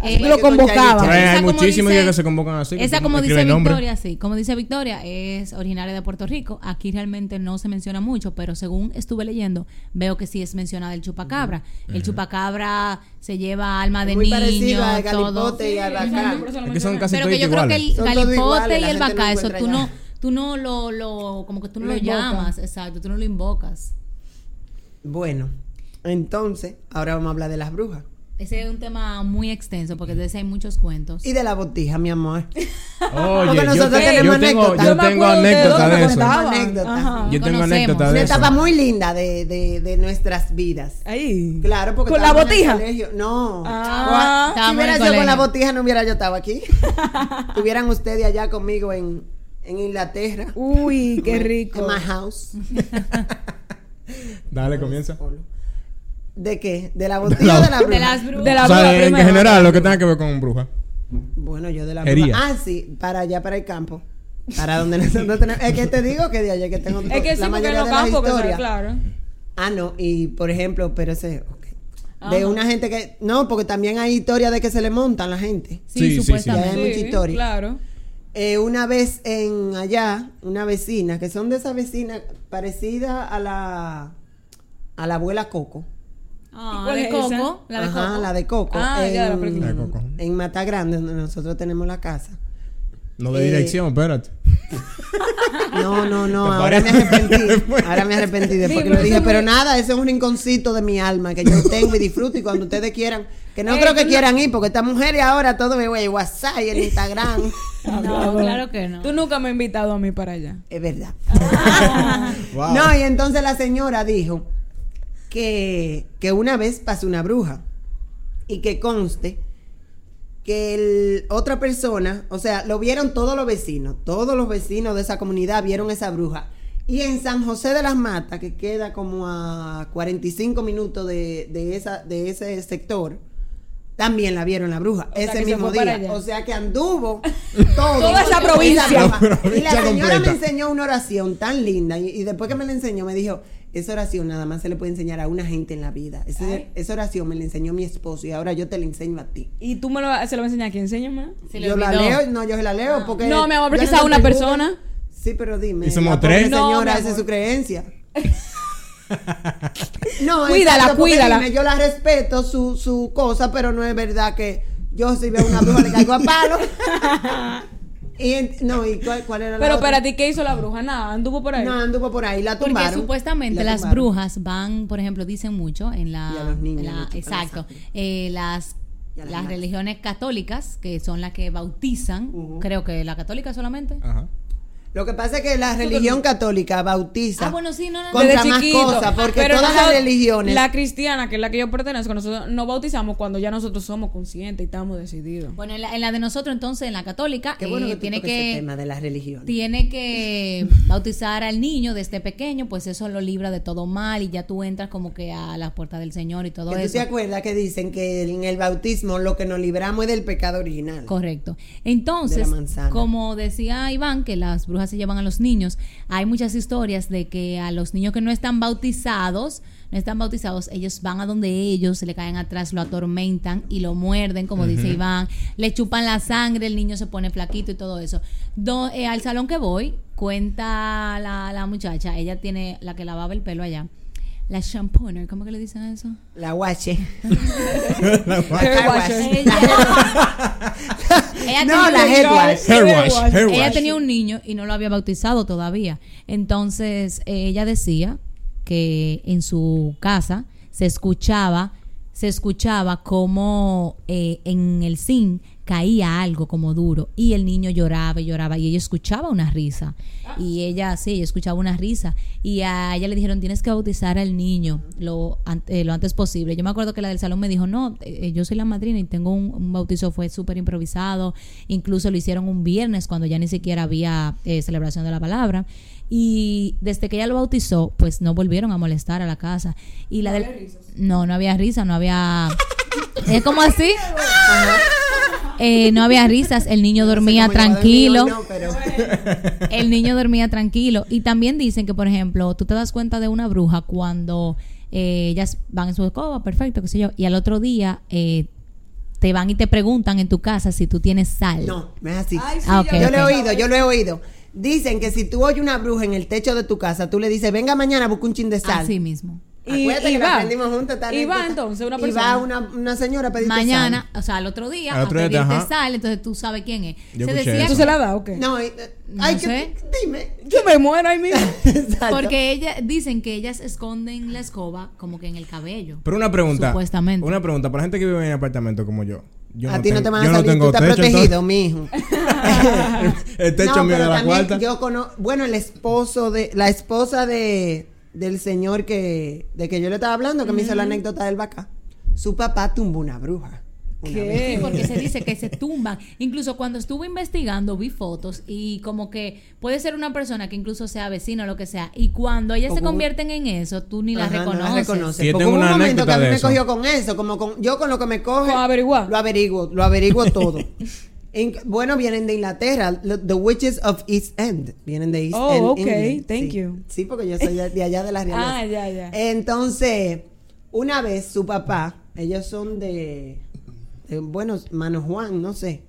Speaker 1: Eh,
Speaker 3: Tú lo
Speaker 5: que con
Speaker 3: convocabas.
Speaker 5: Chayicha.
Speaker 2: Pero hay- hay
Speaker 1: como
Speaker 2: muchísimos
Speaker 1: dice-
Speaker 2: días que se convocan así. que
Speaker 1: Esa
Speaker 2: tú
Speaker 1: como dice
Speaker 2: escribes nombre.
Speaker 1: Victoria, sí, como dice Victoria, es originaria de Puerto Rico. Aquí realmente no se menciona mucho, pero según estuve leyendo, veo que sí es mencionada el chupacabra. El chupacabra se lleva alma de
Speaker 5: Muy
Speaker 1: niño,
Speaker 5: parecido al
Speaker 1: todo.
Speaker 5: galipote y al
Speaker 3: Exacto, por eso lo
Speaker 5: bacán.
Speaker 2: Es que son
Speaker 3: mencioné.
Speaker 2: casi
Speaker 1: Pero que yo
Speaker 2: todos
Speaker 1: creo que
Speaker 2: iguales.
Speaker 1: el
Speaker 5: Son todos
Speaker 1: galipote
Speaker 5: iguales,
Speaker 1: y
Speaker 5: la
Speaker 1: el
Speaker 5: gente no
Speaker 1: bacá, eso
Speaker 5: encuentra
Speaker 1: tú
Speaker 5: ya.
Speaker 1: no, tú no lo, lo como que tú no
Speaker 3: Lo
Speaker 1: lo,
Speaker 3: invoca.
Speaker 1: llamas, exacto, tú no lo invocas.
Speaker 5: Bueno, entonces, ahora vamos a hablar de las brujas.
Speaker 1: Ese es un tema muy extenso porque de ese hay muchos cuentos.
Speaker 5: Y de la botija, mi amor.
Speaker 2: Oye,
Speaker 5: Porque
Speaker 2: yo,
Speaker 5: nosotros
Speaker 2: te-
Speaker 5: tenemos
Speaker 2: yo tengo,
Speaker 5: anécdotas.
Speaker 2: yo
Speaker 5: Yo me
Speaker 2: tengo
Speaker 3: acuerdo de
Speaker 2: anécdota
Speaker 3: dónde
Speaker 2: de eso.
Speaker 3: conectaba.
Speaker 5: Anécdota.
Speaker 3: Ajá.
Speaker 2: Yo tengo
Speaker 1: Conocemos.
Speaker 2: anécdota
Speaker 5: Una
Speaker 2: de eso.
Speaker 5: etapa muy linda de, de, de nuestras vidas.
Speaker 3: Ahí.
Speaker 5: Claro, porque
Speaker 3: Con la
Speaker 5: estábamos en el
Speaker 3: botija.
Speaker 5: colegio. No.
Speaker 3: Ah,
Speaker 5: O a-
Speaker 1: estábamos
Speaker 5: si
Speaker 1: en
Speaker 5: hubiera
Speaker 1: el
Speaker 5: yo con la
Speaker 1: colegio.
Speaker 5: botija, no hubiera yo estado aquí. Tuvieran ustedes allá conmigo en, en Inglaterra.
Speaker 3: Uy, qué
Speaker 5: En
Speaker 3: rico.
Speaker 5: my house.
Speaker 2: Dale, comienza.
Speaker 5: ¿De qué? ¿De la botija o de la bruja?
Speaker 1: De las brujas.
Speaker 3: De la
Speaker 2: o sea,
Speaker 3: bruja
Speaker 2: en
Speaker 3: primero.
Speaker 2: general, lo que tenga que ver con bruja.
Speaker 5: Bueno, yo de la
Speaker 2: Hería.
Speaker 5: bruja. Ah, sí, para allá, para el campo. Para donde nosotros tenemos. Es que te digo que de allá que tengo
Speaker 3: Es que sí, porque
Speaker 5: la
Speaker 3: en
Speaker 5: mayoría
Speaker 3: los
Speaker 5: de las
Speaker 3: campos, que
Speaker 5: historias.
Speaker 3: son- claro.
Speaker 5: Ah, no, y por ejemplo, pero ese. ok. De
Speaker 3: Ajá.
Speaker 5: una gente que. No, porque también hay historias de que se le montan la gente.
Speaker 1: Sí,
Speaker 2: Sí, sí, sí.
Speaker 5: Hay
Speaker 1: supuestamente.
Speaker 5: mucha historia.
Speaker 3: Claro.
Speaker 5: Eh, una vez en allá, una vecina, que son de esa vecina parecida a la. a la abuela Coco.
Speaker 1: Ah,
Speaker 3: ¿Y cuál
Speaker 1: de
Speaker 3: es esa?
Speaker 1: Coco, la de
Speaker 5: Ajá,
Speaker 1: Coco.
Speaker 5: la de Coco.
Speaker 3: Ah,
Speaker 5: en,
Speaker 3: ya, la próxima.
Speaker 2: La de Coco.
Speaker 5: en Mata Grande, donde nosotros tenemos la casa.
Speaker 2: No de
Speaker 5: Eh,
Speaker 2: dirección, espérate.
Speaker 5: No, no, no,
Speaker 2: Te
Speaker 5: ahora me
Speaker 2: parece-
Speaker 5: arrepentí. Ahora me arrepentí de
Speaker 3: Sí,
Speaker 5: porque
Speaker 3: pero
Speaker 5: lo dije,
Speaker 3: eso
Speaker 5: pero
Speaker 3: me-
Speaker 5: nada, ese es un rinconcito de mi alma que yo tengo y disfruto y cuando ustedes quieran, que no
Speaker 3: Eh,
Speaker 5: creo que
Speaker 3: tú no-
Speaker 5: quieran ir porque estas mujeres ahora todo me voy a WhatsApp y el Instagram.
Speaker 1: No, Ah, claro que no.
Speaker 3: Tú nunca me has invitado a mí para allá.
Speaker 5: Es verdad.
Speaker 2: Wow.
Speaker 5: No, y entonces la señora dijo que, que una vez pasó una bruja y que conste que el- otra persona, o sea, lo vieron todos los vecinos, todos los vecinos de esa comunidad vieron esa bruja. Y en San José de las Matas, que queda como a 45 minutos de, de esa, de ese sector, también la vieron la bruja
Speaker 3: O sea,
Speaker 5: ese
Speaker 3: que se
Speaker 5: mismo
Speaker 3: fue para
Speaker 5: día.
Speaker 3: allá.
Speaker 5: O sea que anduvo todo.
Speaker 3: Toda esa provincia.
Speaker 5: bruja.
Speaker 2: La
Speaker 5: y la
Speaker 2: provincia
Speaker 5: señora me
Speaker 2: completa.
Speaker 5: enseñó enseñó una oración tan linda y, y después que me la enseñó me dijo, esa oración nada más se le puede enseñar a una gente en la vida. Ese-
Speaker 3: Ay.
Speaker 5: esa oración me la enseñó mi esposo y ahora yo te la enseño a ti.
Speaker 3: Y tú me lo, se lo vas a enseñar aquí, enséñame.
Speaker 1: Se le
Speaker 5: yo la
Speaker 1: olvidó.
Speaker 5: leo, no, yo se la leo porque...
Speaker 3: Ah. No, mi amor, porque
Speaker 5: yo
Speaker 3: esa es una
Speaker 5: tengo Google.
Speaker 3: persona.
Speaker 5: Sí, pero dime.
Speaker 2: Y somos
Speaker 5: la pobre
Speaker 2: tres.
Speaker 3: No,
Speaker 5: Señora,
Speaker 3: mi
Speaker 5: esa es
Speaker 3: amor.
Speaker 5: su creencia. No,
Speaker 3: Cuídala,
Speaker 5: porque
Speaker 3: cuídala.
Speaker 5: dime, yo la respeto su, su cosa, pero no es verdad que yo si veo una bruja le caigo a palo. y en- no, ¿y cuál, cuál era la
Speaker 3: Pero
Speaker 5: otra?
Speaker 3: para ti, ¿qué hizo la bruja? Nada, anduvo por ahí.
Speaker 5: No, anduvo por ahí, la
Speaker 1: Porque
Speaker 5: tumbaron.
Speaker 1: supuestamente
Speaker 5: La
Speaker 1: las
Speaker 5: tumbaron.
Speaker 1: brujas van, por ejemplo, dicen mucho en la,
Speaker 5: Y a los niños,
Speaker 1: la-
Speaker 5: le chupan
Speaker 1: exacto,
Speaker 5: la
Speaker 1: eh, las
Speaker 5: Y a las
Speaker 1: las
Speaker 5: madres.
Speaker 1: religiones católicas que son las que bautizan,
Speaker 5: Ujú. Ah,
Speaker 1: creo que la católica solamente.
Speaker 2: Ajá.
Speaker 5: Lo que pasa es que la religión católica bautiza.
Speaker 1: Ah, bueno, sí, no, no, no.
Speaker 5: Contra
Speaker 3: Desde
Speaker 5: más
Speaker 3: chiquito.
Speaker 5: cosas, porque
Speaker 3: Pero
Speaker 5: todas las
Speaker 3: nosotros-
Speaker 5: religiones.
Speaker 3: La cristiana, que es la que yo pertenezco, nosotros nos bautizamos cuando ya nosotros somos conscientes y estamos decididos.
Speaker 1: Bueno, en la, en la de nosotros entonces, en la católica,
Speaker 5: Qué bueno
Speaker 1: eh,
Speaker 5: que tú
Speaker 1: tiene
Speaker 5: toques ese
Speaker 1: que
Speaker 5: tema de las religiones.
Speaker 1: tiene que bautizar al niño desde pequeño, pues eso lo libra de todo mal y ya tú entras como que a las puertas del Señor y todo
Speaker 5: Que tú
Speaker 1: eso.
Speaker 5: te acuerdas que dicen que en el bautismo lo que nos libramos es del pecado original.
Speaker 1: Correcto.
Speaker 5: De
Speaker 1: Entonces,
Speaker 5: la manzana.
Speaker 1: como decía Iván, que las brujas se llevan a los niños, hay muchas historias de que a los niños que no están bautizados, no están bautizados, ellos van a donde ellos, se le caen atrás, lo atormentan y lo muerden, como dice Iván, le chupan la sangre, el niño se pone flaquito y todo eso. Do- eh, al salón que voy, cuenta la, la muchacha, ella tiene la que lavaba el pelo allá. La shampooner, ¿cómo que le dicen a eso?
Speaker 5: La guache.
Speaker 2: La
Speaker 5: La
Speaker 2: guay.
Speaker 3: Hair
Speaker 5: car wash.
Speaker 3: washer.
Speaker 1: Ella
Speaker 5: no,
Speaker 1: tenía
Speaker 5: la
Speaker 1: un
Speaker 5: head
Speaker 1: job.
Speaker 5: wash.
Speaker 2: Hair wash, hair wash.
Speaker 1: Ella tenía un niño y no lo había bautizado todavía. Entonces, eh, ella decía que en su casa se escuchaba, se escuchaba como eh, en el zinc caía algo como duro y el niño lloraba y lloraba y ella escuchaba una risa y ella sí ella escuchaba una risa y a ella le dijeron tienes que bautizar al niño lo, an- eh, lo antes posible yo me acuerdo que la del salón me dijo no eh, yo soy la madrina y tengo un, un bautizo fue súper improvisado incluso lo hicieron un viernes cuando ya ni siquiera había eh, celebración de la palabra y desde que ella lo bautizó pues no volvieron a molestar a la casa y la del no no había risa no había es como así Eh, no había risas el niño dormía
Speaker 5: No sé cómo yo
Speaker 1: tranquilo
Speaker 5: dormí hoy, no, pero-
Speaker 1: el niño dormía tranquilo. Y también dicen que, por ejemplo, tú te das cuenta de una bruja cuando eh, ellas van en su escoba, perfecto, qué sé yo, y al otro día eh, te van y te preguntan en tu casa si tú tienes sal.
Speaker 5: No, no es así.
Speaker 3: Ay, sí,
Speaker 1: Ah, ok,
Speaker 5: yo
Speaker 1: ok.
Speaker 5: lo he oído, yo lo he oído.
Speaker 1: Ah,
Speaker 5: Dicen que si tú oyes una bruja en el techo de tu casa, tú le dices, venga mañana, busca un chin de sal.
Speaker 1: Así mismo.
Speaker 3: Y,
Speaker 5: Acuérdate
Speaker 3: y
Speaker 5: que la
Speaker 3: va.
Speaker 5: aprendimos juntos. esta
Speaker 3: Y va,
Speaker 5: anécdota.
Speaker 3: entonces, una
Speaker 5: Y va
Speaker 3: persona.
Speaker 5: una, una señora a pedirte
Speaker 1: Mañana, o sea, al otro día,
Speaker 2: Al otro día,
Speaker 1: a pedirte
Speaker 2: ajá.
Speaker 1: sal, entonces tú sabes quién es.
Speaker 2: Yo
Speaker 1: se
Speaker 2: escuché
Speaker 1: decía
Speaker 3: ¿Tú
Speaker 2: eso.
Speaker 1: que-
Speaker 3: se la das o qué?
Speaker 5: sal. No, eh, eh,
Speaker 1: No
Speaker 5: ay,
Speaker 1: sé.
Speaker 5: que, dime.
Speaker 3: Yo me muero ahí mismo.
Speaker 5: Exacto.
Speaker 1: porque ella, dicen que ellas esconden la escoba como que en el cabello.
Speaker 2: Pero una pregunta.
Speaker 1: Supuestamente.
Speaker 2: Una pregunta para la gente que vive en apartamento como yo. Yo
Speaker 5: a ti no te
Speaker 2: tengo-
Speaker 5: van a
Speaker 2: yo
Speaker 5: salir, tú estás
Speaker 2: techo,
Speaker 5: protegido, mijo.
Speaker 2: entonces- el techo
Speaker 5: No,
Speaker 2: mío de
Speaker 5: pero
Speaker 2: la
Speaker 5: también
Speaker 2: cuarta.
Speaker 5: Yo conozco, bueno, el esposo de, la esposa de, del señor que, de que yo le estaba hablando, que me hizo la anécdota del vaca. Su papá tumbó una bruja.
Speaker 1: Sí,
Speaker 5: una vez.
Speaker 3: ¿Qué?
Speaker 1: porque se dice que se tumban. Incluso cuando estuve investigando vi fotos y como que puede ser una persona que incluso sea vecina o lo que sea. Y cuando ellas se
Speaker 5: Ojo.
Speaker 1: convierten en eso, tú ni las
Speaker 5: Ajá, no
Speaker 1: reconoces.
Speaker 5: reconoce.
Speaker 2: Sí, yo
Speaker 5: Porque
Speaker 2: tengo
Speaker 5: hubo
Speaker 2: una
Speaker 5: un momento que
Speaker 2: anécdota
Speaker 5: a mí
Speaker 2: de
Speaker 5: me
Speaker 2: eso.
Speaker 5: cogió con eso, como con, yo con lo que me coge.
Speaker 3: Con averiguar.
Speaker 5: Lo averiguo, lo averiguo todo. En- bueno, vienen de Inglaterra, lo- The Witches of East End. Vienen de East
Speaker 3: Oh,
Speaker 5: End.
Speaker 3: ok,
Speaker 5: England,
Speaker 3: thank
Speaker 5: sí.
Speaker 3: you.
Speaker 5: Sí, porque yo soy de de allá de las realidades.
Speaker 3: Ah, ya, ya.
Speaker 5: Eh. Entonces, una vez su papá, ellos son de, de bueno, Mano Juan, no sé.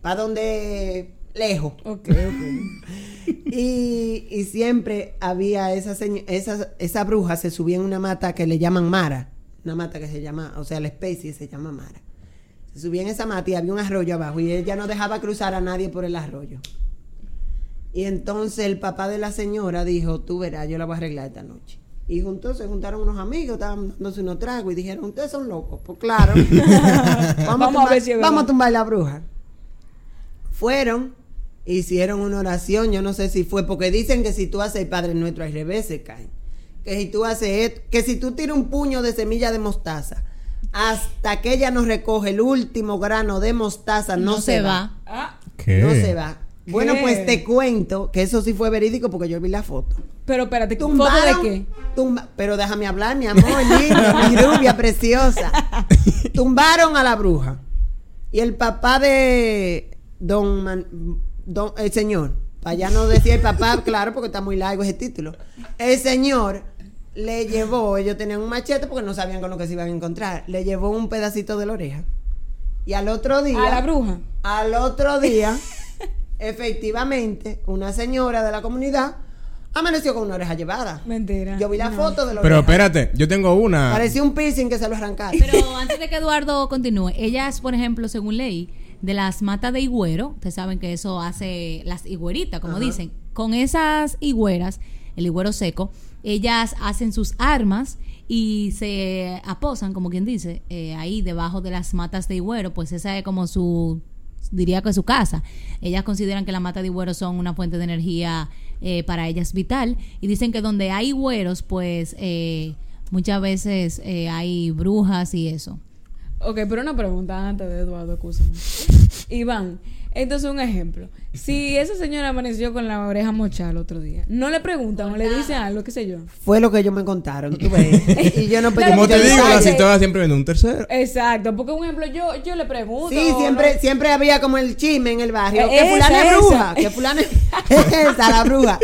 Speaker 5: ¿Para donde lejos?
Speaker 3: ok, ok.
Speaker 5: Y, y siempre había esa, señ- esa, esa bruja, se subía en una mata que le llaman Mara. Una mata que se llama, o sea, la especie se llama Mara. Se subía en esa mata y había un arroyo abajo y ella no dejaba cruzar a nadie por el arroyo. Y entonces el papá de la señora dijo, tú verás, yo la voy a arreglar esta noche. Y juntos se juntaron unos amigos, estaban dándose unos tragos y dijeron, ustedes son locos. Pues claro,
Speaker 3: Vamos a
Speaker 5: tumbar-
Speaker 3: ver si es
Speaker 5: vamos a
Speaker 3: verdad.
Speaker 5: tumbar la bruja. Fueron, hicieron una oración, yo no sé si fue, porque dicen que si tú haces el Padre Nuestro al revés se caen. Que si tú haces et- que si tú tiras un puño de semilla de mostaza, hasta que ella no recoge el último grano de mostaza, no, se, va.
Speaker 3: Ah,
Speaker 2: ¿Qué?
Speaker 5: No se va.
Speaker 3: ¿Qué?
Speaker 5: Bueno, pues te cuento que eso sí fue verídico porque yo vi la foto.
Speaker 3: pero espérate, ¿foto
Speaker 5: Tumbaron,
Speaker 3: de qué?
Speaker 5: tumba- pero déjame hablar, mi amor, lindo, mi rubia preciosa. Tumbaron a la bruja. Y el papá de don, Man- don- el señor, para ya no decía el papá, claro, porque está muy largo ese título. El señor le llevó, ellos tenían un machete porque no sabían con lo que se iban a encontrar. Le llevó un pedacito de la oreja. Y al otro día
Speaker 3: A la bruja.
Speaker 5: al otro día, efectivamente, una señora de la comunidad amaneció con una oreja llevada.
Speaker 3: Mentira.
Speaker 5: Yo vi la
Speaker 3: No.
Speaker 5: foto de la
Speaker 2: Pero
Speaker 5: oreja.
Speaker 2: espérate, yo tengo una.
Speaker 5: Parecía un piercing que se lo arrancaron.
Speaker 1: Pero antes de que Eduardo continúe, ellas, por ejemplo, según leí, de las matas de higüero, ustedes saben que eso hace las higüeritas, como
Speaker 5: Ajá.
Speaker 1: dicen, con esas higüeras, el higüero seco, ellas hacen sus armas y se aposan, como quien dice, eh, ahí debajo de las matas de higüero, pues esa es como su, diría que su casa. Ellas consideran que las matas de higüero son una fuente de energía eh, para ellas vital y dicen que donde hay higüeros, pues... eh, Muchas veces eh, hay brujas y eso.
Speaker 3: Ok, pero una pregunta antes de Eduardo, escúchame. Iván, entonces un ejemplo. Si esa señora amaneció con la oreja mochada el otro día, no le preguntan o le dicen algo, qué sé yo.
Speaker 5: Fue lo que ellos me contaron, tú ves. Y yo no pedí
Speaker 2: Como te
Speaker 5: mucho
Speaker 2: digo, la
Speaker 5: detalle.
Speaker 2: historia siempre viene un tercero.
Speaker 3: Exacto, porque un ejemplo, yo, yo le pregunto.
Speaker 5: Sí,
Speaker 3: o
Speaker 5: siempre,
Speaker 3: no-
Speaker 5: siempre había como el chisme en el barrio.
Speaker 3: Eh,
Speaker 5: que fulana
Speaker 3: esa,
Speaker 5: es
Speaker 3: esa.
Speaker 5: bruja, que fulana es esa, la bruja.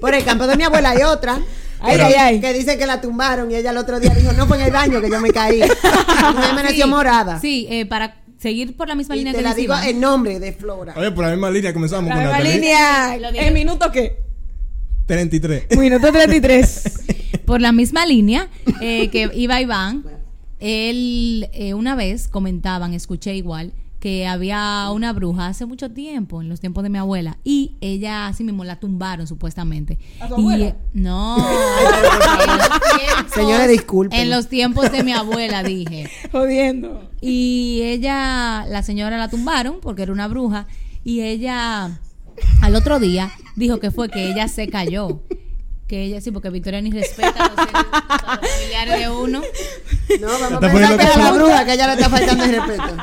Speaker 5: Por el campo de mi abuela hay otra.
Speaker 3: Ay,
Speaker 5: que,
Speaker 3: ay, ay.
Speaker 5: que dice que la tumbaron y ella el otro día dijo, no ponga el baño que yo me caí. Me amaneció
Speaker 1: Sí,
Speaker 5: morada.
Speaker 1: Sí, eh, para seguir por la misma
Speaker 5: Y
Speaker 1: línea
Speaker 5: te
Speaker 1: que
Speaker 5: la
Speaker 1: dice
Speaker 5: digo
Speaker 1: Iván.
Speaker 5: en nombre de Flora.
Speaker 2: Oye, por la misma línea comenzamos
Speaker 3: La
Speaker 2: con
Speaker 3: misma
Speaker 2: la tele-
Speaker 3: línea.
Speaker 1: Lo dije.
Speaker 3: ¿En minuto qué?
Speaker 2: 33.
Speaker 3: Minuto 33.
Speaker 1: Por la misma línea eh, que iba Iván. Él eh, una vez comentaban, escuché igual, que había una bruja hace mucho tiempo, en los tiempos de mi abuela, y ella así mismo la tumbaron supuestamente.
Speaker 3: ¿A su
Speaker 1: Y,
Speaker 3: abuela?
Speaker 1: eh, no. En los tiempos-
Speaker 5: Señora, disculpen.
Speaker 1: En los tiempos de mi abuela dije.
Speaker 3: Jodiendo.
Speaker 1: Y ella, la señora la tumbaron porque era una bruja. Y ella, al otro día, dijo que fue que ella se cayó. Que ella sí, porque Victoria ni respeta a los, seres- a los familiares de uno.
Speaker 5: No, vamos
Speaker 2: Está
Speaker 5: a
Speaker 2: poniendo
Speaker 5: pensar que a la
Speaker 2: confusa.
Speaker 5: bruja que ya le está faltando el respeto.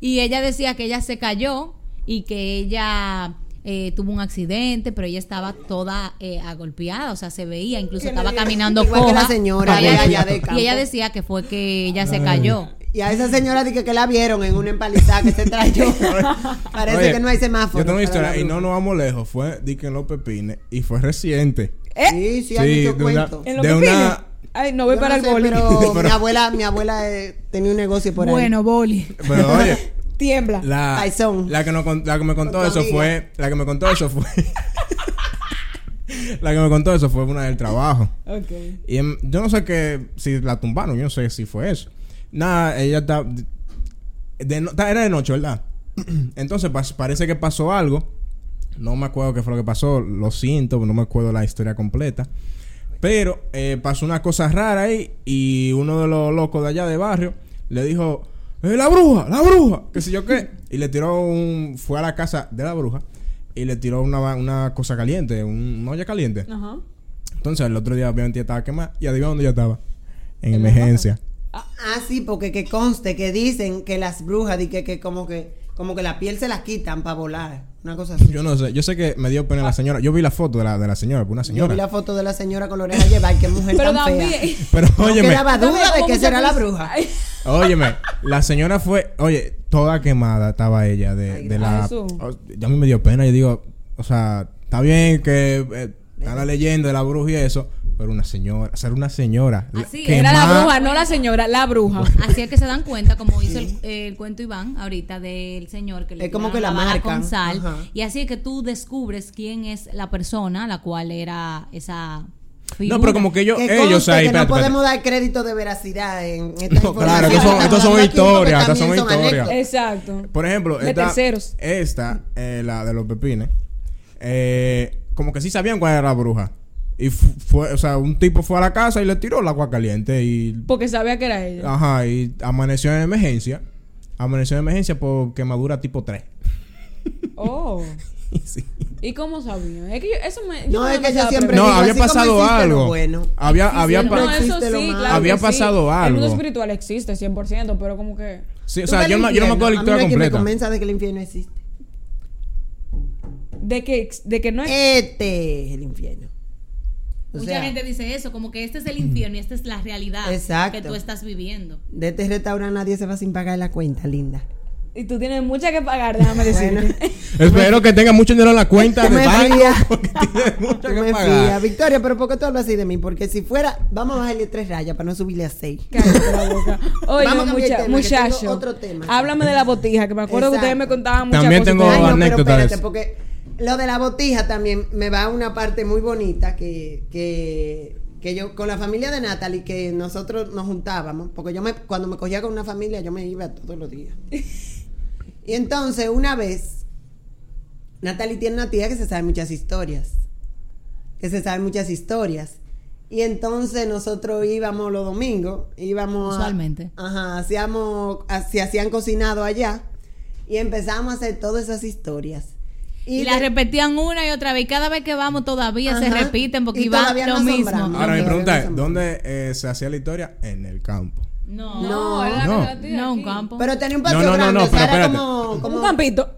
Speaker 1: Y ella decía que ella se cayó y que ella eh, tuvo un accidente, pero ella estaba toda eh, agolpeada, o sea, se veía, incluso estaba caminando
Speaker 5: Igual que la
Speaker 1: coja.
Speaker 5: señora
Speaker 1: Ella-
Speaker 5: de allá de campo.
Speaker 1: y ella decía que fue que ella se cayó.
Speaker 5: Y a esa señora dije que la vieron en una empalizada que se trayó. Parece
Speaker 2: Oye,
Speaker 5: que no hay semáforo.
Speaker 2: Yo tengo una
Speaker 5: para la
Speaker 2: historia y
Speaker 5: bruja.
Speaker 2: no nos vamos lejos. Fue Dick en los Pepines y fue reciente.
Speaker 5: Sí, sí, hay
Speaker 2: Sí,
Speaker 5: muchos
Speaker 2: de una-
Speaker 5: cuentos.
Speaker 3: Eh, En lo
Speaker 2: De
Speaker 3: que
Speaker 2: una-
Speaker 3: pide. Ay, no voy
Speaker 5: Yo
Speaker 3: para
Speaker 5: no
Speaker 3: el
Speaker 5: sé,
Speaker 3: boli.
Speaker 5: Pero,
Speaker 2: Pero-
Speaker 5: mi abuela, mi abuela eh, tenía un negocio por ahí.
Speaker 1: boli.
Speaker 2: Pero oye,
Speaker 3: Tiembla.
Speaker 2: la,
Speaker 5: Paisón.
Speaker 2: la, que, nos, con- la que me contó
Speaker 5: Con tu
Speaker 2: eso
Speaker 5: amiga.
Speaker 2: fue. La que me contó eso fue. La que me contó eso fue una del trabajo.
Speaker 3: Ok.
Speaker 2: Y em, yo no sé qué, si la tumbaron, yo no sé si fue eso. Nada, ella está... de no- ta- era de noche, ¿verdad? Entonces pas- parece que pasó algo. No me acuerdo qué fue lo que pasó, lo siento, no me acuerdo la historia completa. Pero eh, pasó una cosa rara ahí y uno de los locos de allá de barrio le dijo, "Eh, la bruja, la bruja, qué sé yo qué. Y le tiró un... fue a la casa de la bruja y le tiró una, va- una cosa caliente, un- una olla caliente.
Speaker 3: Ajá.
Speaker 2: Entonces el otro día obviamente ya estaba quemada y adivina dónde yo estaba. En emergencia.
Speaker 5: Ah, sí, porque que conste que dicen que las brujas di que, que como que como que la piel se la quitan para volar, una cosa así.
Speaker 2: Yo no sé, yo sé que me dio pena la señora. Yo vi la foto de la, de la señora, pues una
Speaker 5: Ah. Yo vi
Speaker 2: señora.
Speaker 5: la foto de la señora con la oreja llevar, qué mujer
Speaker 3: Pero
Speaker 5: tan fea.
Speaker 3: también.
Speaker 2: Pero
Speaker 5: No
Speaker 2: óyeme,
Speaker 5: quedaba duda de
Speaker 3: Como
Speaker 5: que será la
Speaker 3: mucha-
Speaker 5: bruja.
Speaker 3: Ay,
Speaker 2: óyeme, la señora fue, oye, toda quemada estaba ella de,
Speaker 5: Ay,
Speaker 2: de la...
Speaker 3: Jesús.
Speaker 2: o- yo a mí me dio pena, yo digo, o sea, está bien que eh, está la leyenda de la bruja y eso, pero una señora, o sea, era una señora.
Speaker 1: Así,
Speaker 3: Era la
Speaker 2: quemada.
Speaker 3: bruja, no la señora, la bruja.
Speaker 1: Así es que se dan cuenta, como hizo el, el cuento Iván ahorita del señor que le
Speaker 5: Es como
Speaker 1: tiraron
Speaker 5: que la
Speaker 1: bala
Speaker 5: marcan.
Speaker 1: con sal.
Speaker 5: Ajá.
Speaker 1: Y así es que tú descubres quién es la persona a la cual era esa figura.
Speaker 2: No, pero como que ellos,
Speaker 5: Que
Speaker 2: ellos
Speaker 5: conste
Speaker 2: ahí...
Speaker 5: que no
Speaker 2: espérate, espérate.
Speaker 5: podemos dar crédito de veracidad en esta
Speaker 2: No,
Speaker 5: información.
Speaker 2: claro,
Speaker 5: que
Speaker 2: estos son-
Speaker 5: estamos
Speaker 2: estos son
Speaker 5: dando aquí, porque
Speaker 2: historias, estas
Speaker 5: también
Speaker 2: son historias.
Speaker 5: anécdotas.
Speaker 3: Exacto.
Speaker 2: Por ejemplo,
Speaker 3: De
Speaker 2: esta,
Speaker 3: terceros.
Speaker 2: esta eh, la de los pepines, eh, como que sí sabían cuál era la bruja. Y fu- fue, o sea, un tipo fue a la casa y le tiró el agua caliente y,
Speaker 3: Porque sabía que era ella.
Speaker 2: ajá, y amaneció en emergencia. Amaneció en emergencia por quemadura tipo 3.
Speaker 3: Oh.
Speaker 2: Sí.
Speaker 3: ¿Y cómo sabían? Es que yo, eso me.
Speaker 5: No,
Speaker 3: me
Speaker 5: es que yo
Speaker 3: empezaba a
Speaker 5: siempre-
Speaker 2: No,
Speaker 5: digo,
Speaker 2: había
Speaker 5: así como
Speaker 2: pasado
Speaker 5: hiciste lo
Speaker 2: algo.
Speaker 5: bueno,
Speaker 2: había,
Speaker 1: así
Speaker 2: había,
Speaker 1: hicieron
Speaker 2: pa-
Speaker 3: No, eso
Speaker 5: existe lo
Speaker 3: sí,
Speaker 5: malo.
Speaker 3: claro
Speaker 2: Había
Speaker 3: que sí.
Speaker 2: pasado
Speaker 3: El mundo
Speaker 2: algo.
Speaker 3: espiritual existe 100%, pero como que.
Speaker 2: sí, o
Speaker 5: Tú
Speaker 2: sea,
Speaker 5: ves
Speaker 2: yo,
Speaker 5: el
Speaker 2: no, yo no me acuerdo la
Speaker 5: infierno. A
Speaker 2: historia
Speaker 5: mí no es que me
Speaker 2: completa.
Speaker 5: convenza de que el infierno existe.
Speaker 3: De que, ex- de que no es.
Speaker 5: Este es el infierno. O
Speaker 1: Mucha
Speaker 5: sea,
Speaker 1: gente dice eso, como que este es el infierno y esta es la realidad
Speaker 5: Exacto.
Speaker 1: que tú estás viviendo.
Speaker 5: de este restaurante nadie se va sin pagar la cuenta, linda.
Speaker 3: Y tú tienes mucha que pagar, déjame decirte.
Speaker 5: Bueno.
Speaker 2: Espero que tenga mucho dinero en la cuenta
Speaker 5: Tú
Speaker 2: de
Speaker 5: me
Speaker 2: banco
Speaker 5: fías.
Speaker 2: porque tiene mucho
Speaker 5: Tú
Speaker 2: que
Speaker 5: me
Speaker 2: pagar.
Speaker 5: fías. Victoria, pero ¿por qué tú hablas así de mí? Porque si fuera, vamos a bajarle tres rayas para no subirle a seis.
Speaker 3: Cállate la boca. Oye,
Speaker 5: Vamos a cambiar
Speaker 3: mucha-
Speaker 5: el tema, que tengo
Speaker 3: muchacho.
Speaker 5: otro tema.
Speaker 3: Háblame de la botija, que me acuerdo que ustedes me
Speaker 5: Exacto.
Speaker 3: contaban muchas
Speaker 2: También
Speaker 3: cosas.
Speaker 2: tengo
Speaker 3: ustedes-
Speaker 5: Ay, no, pero
Speaker 2: anécdotas de
Speaker 5: espérate,
Speaker 2: eso.
Speaker 5: porque lo de la botija también me va a una parte muy bonita que, que, que yo con la familia de Natalie, que nosotros nos juntábamos, porque yo me, cuando me cogía con una familia, yo me iba todos los días. Y entonces, una vez, Natalie tiene una tía que se sabe muchas historias. Que se sabe muchas historias. Y entonces nosotros íbamos los domingos, íbamos... a-
Speaker 1: Usualmente.
Speaker 5: ajá, hacíamos, ha- se hacían cocinado allá y empezamos a hacer todas esas historias.
Speaker 1: Y,
Speaker 5: de-
Speaker 1: las repetían una y otra vez. Y cada vez que vamos todavía se
Speaker 5: Ajá.
Speaker 1: repiten porque
Speaker 5: Y
Speaker 1: Iván
Speaker 5: todavía
Speaker 1: lo
Speaker 5: nos
Speaker 1: mismo.
Speaker 5: asombramos.
Speaker 2: Ahora, mi
Speaker 5: No,
Speaker 2: pregunta es,
Speaker 5: no, no.
Speaker 2: ¿dónde eh, se hacía la historia? En el campo.
Speaker 1: No, no,
Speaker 5: No, era
Speaker 2: No.
Speaker 1: no un campo.
Speaker 5: Pero tenía un patio
Speaker 2: No, no, no,
Speaker 5: grande,
Speaker 2: no,
Speaker 5: o sea,
Speaker 2: pero
Speaker 5: era
Speaker 2: espérate.
Speaker 5: como, como-
Speaker 3: Un campito.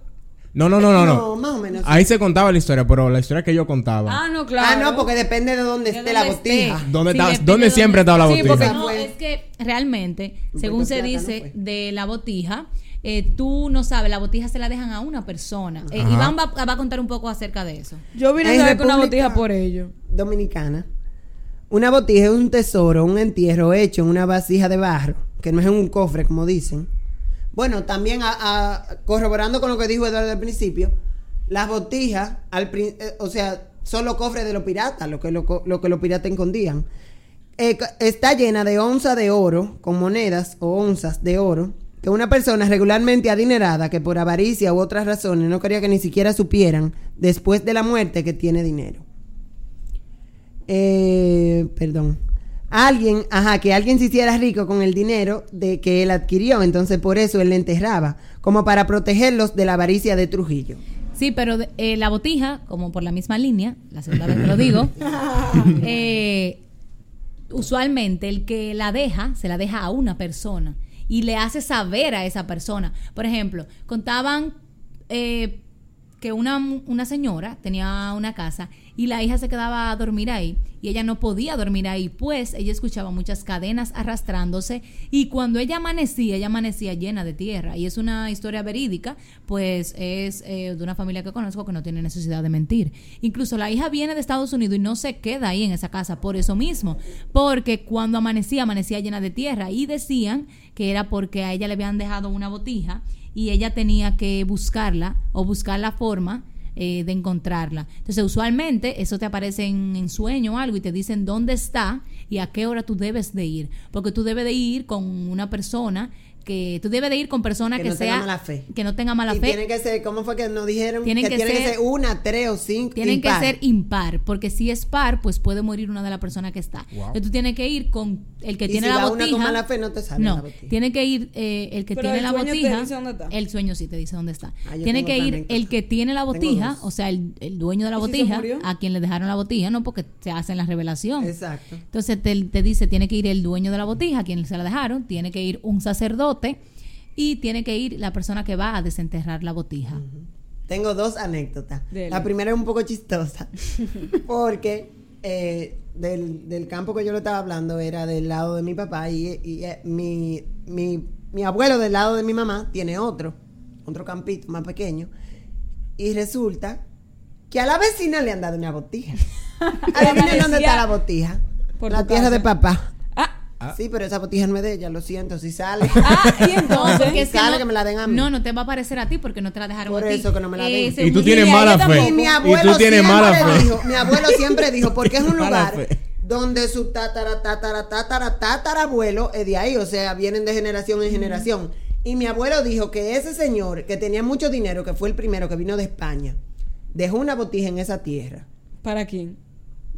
Speaker 2: No, no, no, no, no. Ah,
Speaker 5: No, más o menos.
Speaker 2: Ahí se contaba la historia, pero la historia que yo contaba.
Speaker 3: Ah, no, claro.
Speaker 5: Ah, no, porque depende de dónde
Speaker 1: De
Speaker 5: esté la
Speaker 1: dónde esté.
Speaker 5: botija.
Speaker 2: ¿Dónde,
Speaker 1: Sí,
Speaker 2: está-
Speaker 1: depende
Speaker 2: ¿dónde
Speaker 1: de
Speaker 2: siempre ha
Speaker 1: dónde-
Speaker 2: estado la
Speaker 3: Sí,
Speaker 2: botija?
Speaker 3: porque-
Speaker 1: No,
Speaker 5: fue.
Speaker 1: es que realmente,
Speaker 5: Un
Speaker 1: según
Speaker 5: puerto
Speaker 1: se
Speaker 5: plátano
Speaker 1: dice
Speaker 5: fue.
Speaker 1: de la botija, eh, tú no sabes, la botija se la dejan a una persona. Eh,
Speaker 2: Ajá.
Speaker 1: Iván va, va a contar un poco acerca de eso.
Speaker 3: Yo vine
Speaker 5: En
Speaker 3: a saber con una
Speaker 5: República-
Speaker 3: botija por ello.
Speaker 5: Dominicana. Una botija es un tesoro, un entierro hecho en una vasija de barro, que no es un cofre, como dicen. Bueno, también a- a- corroborando con lo que dijo Eduardo al principio, las botijas, al, prin- eh, o sea, son los cofres de los piratas, lo que, lo co- lo que los piratas escondían. Eh, ca- está llena de onzas de oro, con monedas o onzas de oro, que una persona regularmente adinerada, que por avaricia u otras razones no quería que ni siquiera supieran, después de la muerte, que tiene dinero. Eh, perdón. Alguien, ajá, que alguien se hiciera rico con el dinero de que él adquirió, entonces por eso él le enterraba, como para protegerlos de la avaricia de Trujillo.
Speaker 1: Sí, pero de- eh, la botija, como por la misma línea, la segunda vez que lo digo, eh, usualmente el que la deja, se la deja a una persona y le hace saber a esa persona. Por ejemplo, contaban eh, que una, mu- una señora tenía una casa y la hija se quedaba a dormir ahí y ella no podía dormir ahí, pues ella escuchaba muchas cadenas arrastrándose y cuando ella amanecía, ella amanecía llena de tierra y es una historia verídica, pues es eh, de una familia que conozco que no tiene necesidad de mentir. Incluso la hija viene de Estados Unidos y no se queda ahí en esa casa por eso mismo, porque cuando amanecía, amanecía llena de tierra y decían que era porque a ella le habían dejado una botija y ella tenía que buscarla o buscar la forma eh, de encontrarla. Entonces, usualmente eso te aparece en, en sueño o algo y te dicen dónde está y a qué hora tú debes de ir. Porque tú debes de ir con una persona que tú debes de ir con personas
Speaker 5: Que
Speaker 1: que,
Speaker 5: no tenga
Speaker 1: sea
Speaker 5: mala fe.
Speaker 1: que no tenga mala
Speaker 5: y
Speaker 1: fe
Speaker 5: tiene que ser, ¿cómo fue que nos dijeron?
Speaker 1: Tienen
Speaker 5: que,
Speaker 1: que
Speaker 5: tiene que
Speaker 1: ser-
Speaker 5: ser una, tres o cinco.
Speaker 1: tienen
Speaker 5: impar.
Speaker 1: que ser impar, porque si es par, pues puede morir una de las personas que está.
Speaker 2: Wow.
Speaker 1: Entonces tú tienes que ir con el que
Speaker 5: Y
Speaker 1: tiene
Speaker 5: si
Speaker 1: la
Speaker 5: va
Speaker 1: botija.
Speaker 5: una con mala fe, no te sale la
Speaker 1: No,
Speaker 5: botija.
Speaker 1: tiene que ir eh, el que
Speaker 3: Pero
Speaker 1: tiene
Speaker 3: el
Speaker 1: la
Speaker 3: sueño te
Speaker 1: botija.
Speaker 3: dice dónde está.
Speaker 1: El sueño sí te dice dónde está.
Speaker 5: Ah, yo
Speaker 1: tiene
Speaker 5: tengo
Speaker 1: que
Speaker 5: otra
Speaker 1: ir
Speaker 5: anécdota.
Speaker 1: el que tiene la
Speaker 5: Tengo
Speaker 1: botija,
Speaker 5: dos.
Speaker 1: o sea, el, el dueño de la
Speaker 3: ¿Y si se
Speaker 1: botija,
Speaker 3: murió?
Speaker 1: a quien le dejaron la botija, no, porque se hacen la revelación.
Speaker 5: Exacto.
Speaker 1: Entonces te, te dice, tiene que ir el dueño de la botija, a quien se la dejaron, tiene que ir un sacerdote y tiene que ir la persona que va a desenterrar la botija.
Speaker 5: Mm. Tengo dos anécdotas.
Speaker 3: Dele.
Speaker 5: La primera es un poco chistosa, porque eh, del, del campo que yo le estaba hablando era del lado de mi papá y, y, eh, mi, mi, mi abuelo del lado de mi mamá tiene otro, otro campito más pequeño. Y resulta que a la vecina le han dado una botija. Adivinen dónde está la botija.
Speaker 3: Por
Speaker 5: la
Speaker 3: tu
Speaker 5: tierra
Speaker 3: casa.
Speaker 5: de papá.
Speaker 3: Ah,
Speaker 2: Ah.
Speaker 5: Sí, pero esa botija no es de ella, lo siento, si sale.
Speaker 3: ah, y
Speaker 1: No,
Speaker 3: entonces.
Speaker 1: porque es que
Speaker 5: Sale
Speaker 1: no,
Speaker 5: que me la den a mí.
Speaker 1: no, no te va a parecer a ti porque no te la dejaron
Speaker 5: Por
Speaker 1: a ti.
Speaker 5: eso que no me la den.
Speaker 1: Eh, se
Speaker 2: Y tú
Speaker 1: humilla,
Speaker 2: tienes
Speaker 1: ella
Speaker 2: mala
Speaker 1: tampoco.
Speaker 2: fe.
Speaker 5: Y mi
Speaker 2: Y
Speaker 5: abuelo
Speaker 2: tú tienes
Speaker 5: siempre
Speaker 2: mala fe.
Speaker 5: dijo, mi abuelo siempre dijo, porque es un
Speaker 2: Mala
Speaker 5: lugar
Speaker 2: fe.
Speaker 5: donde su tatara, tatara, tatara, tatarabuelo es de ahí, o sea, vienen de generación en generación. Y mi abuelo dijo que ese señor que tenía mucho dinero, que fue el primero que vino de España, dejó una botija en esa tierra.
Speaker 3: ¿Para quién?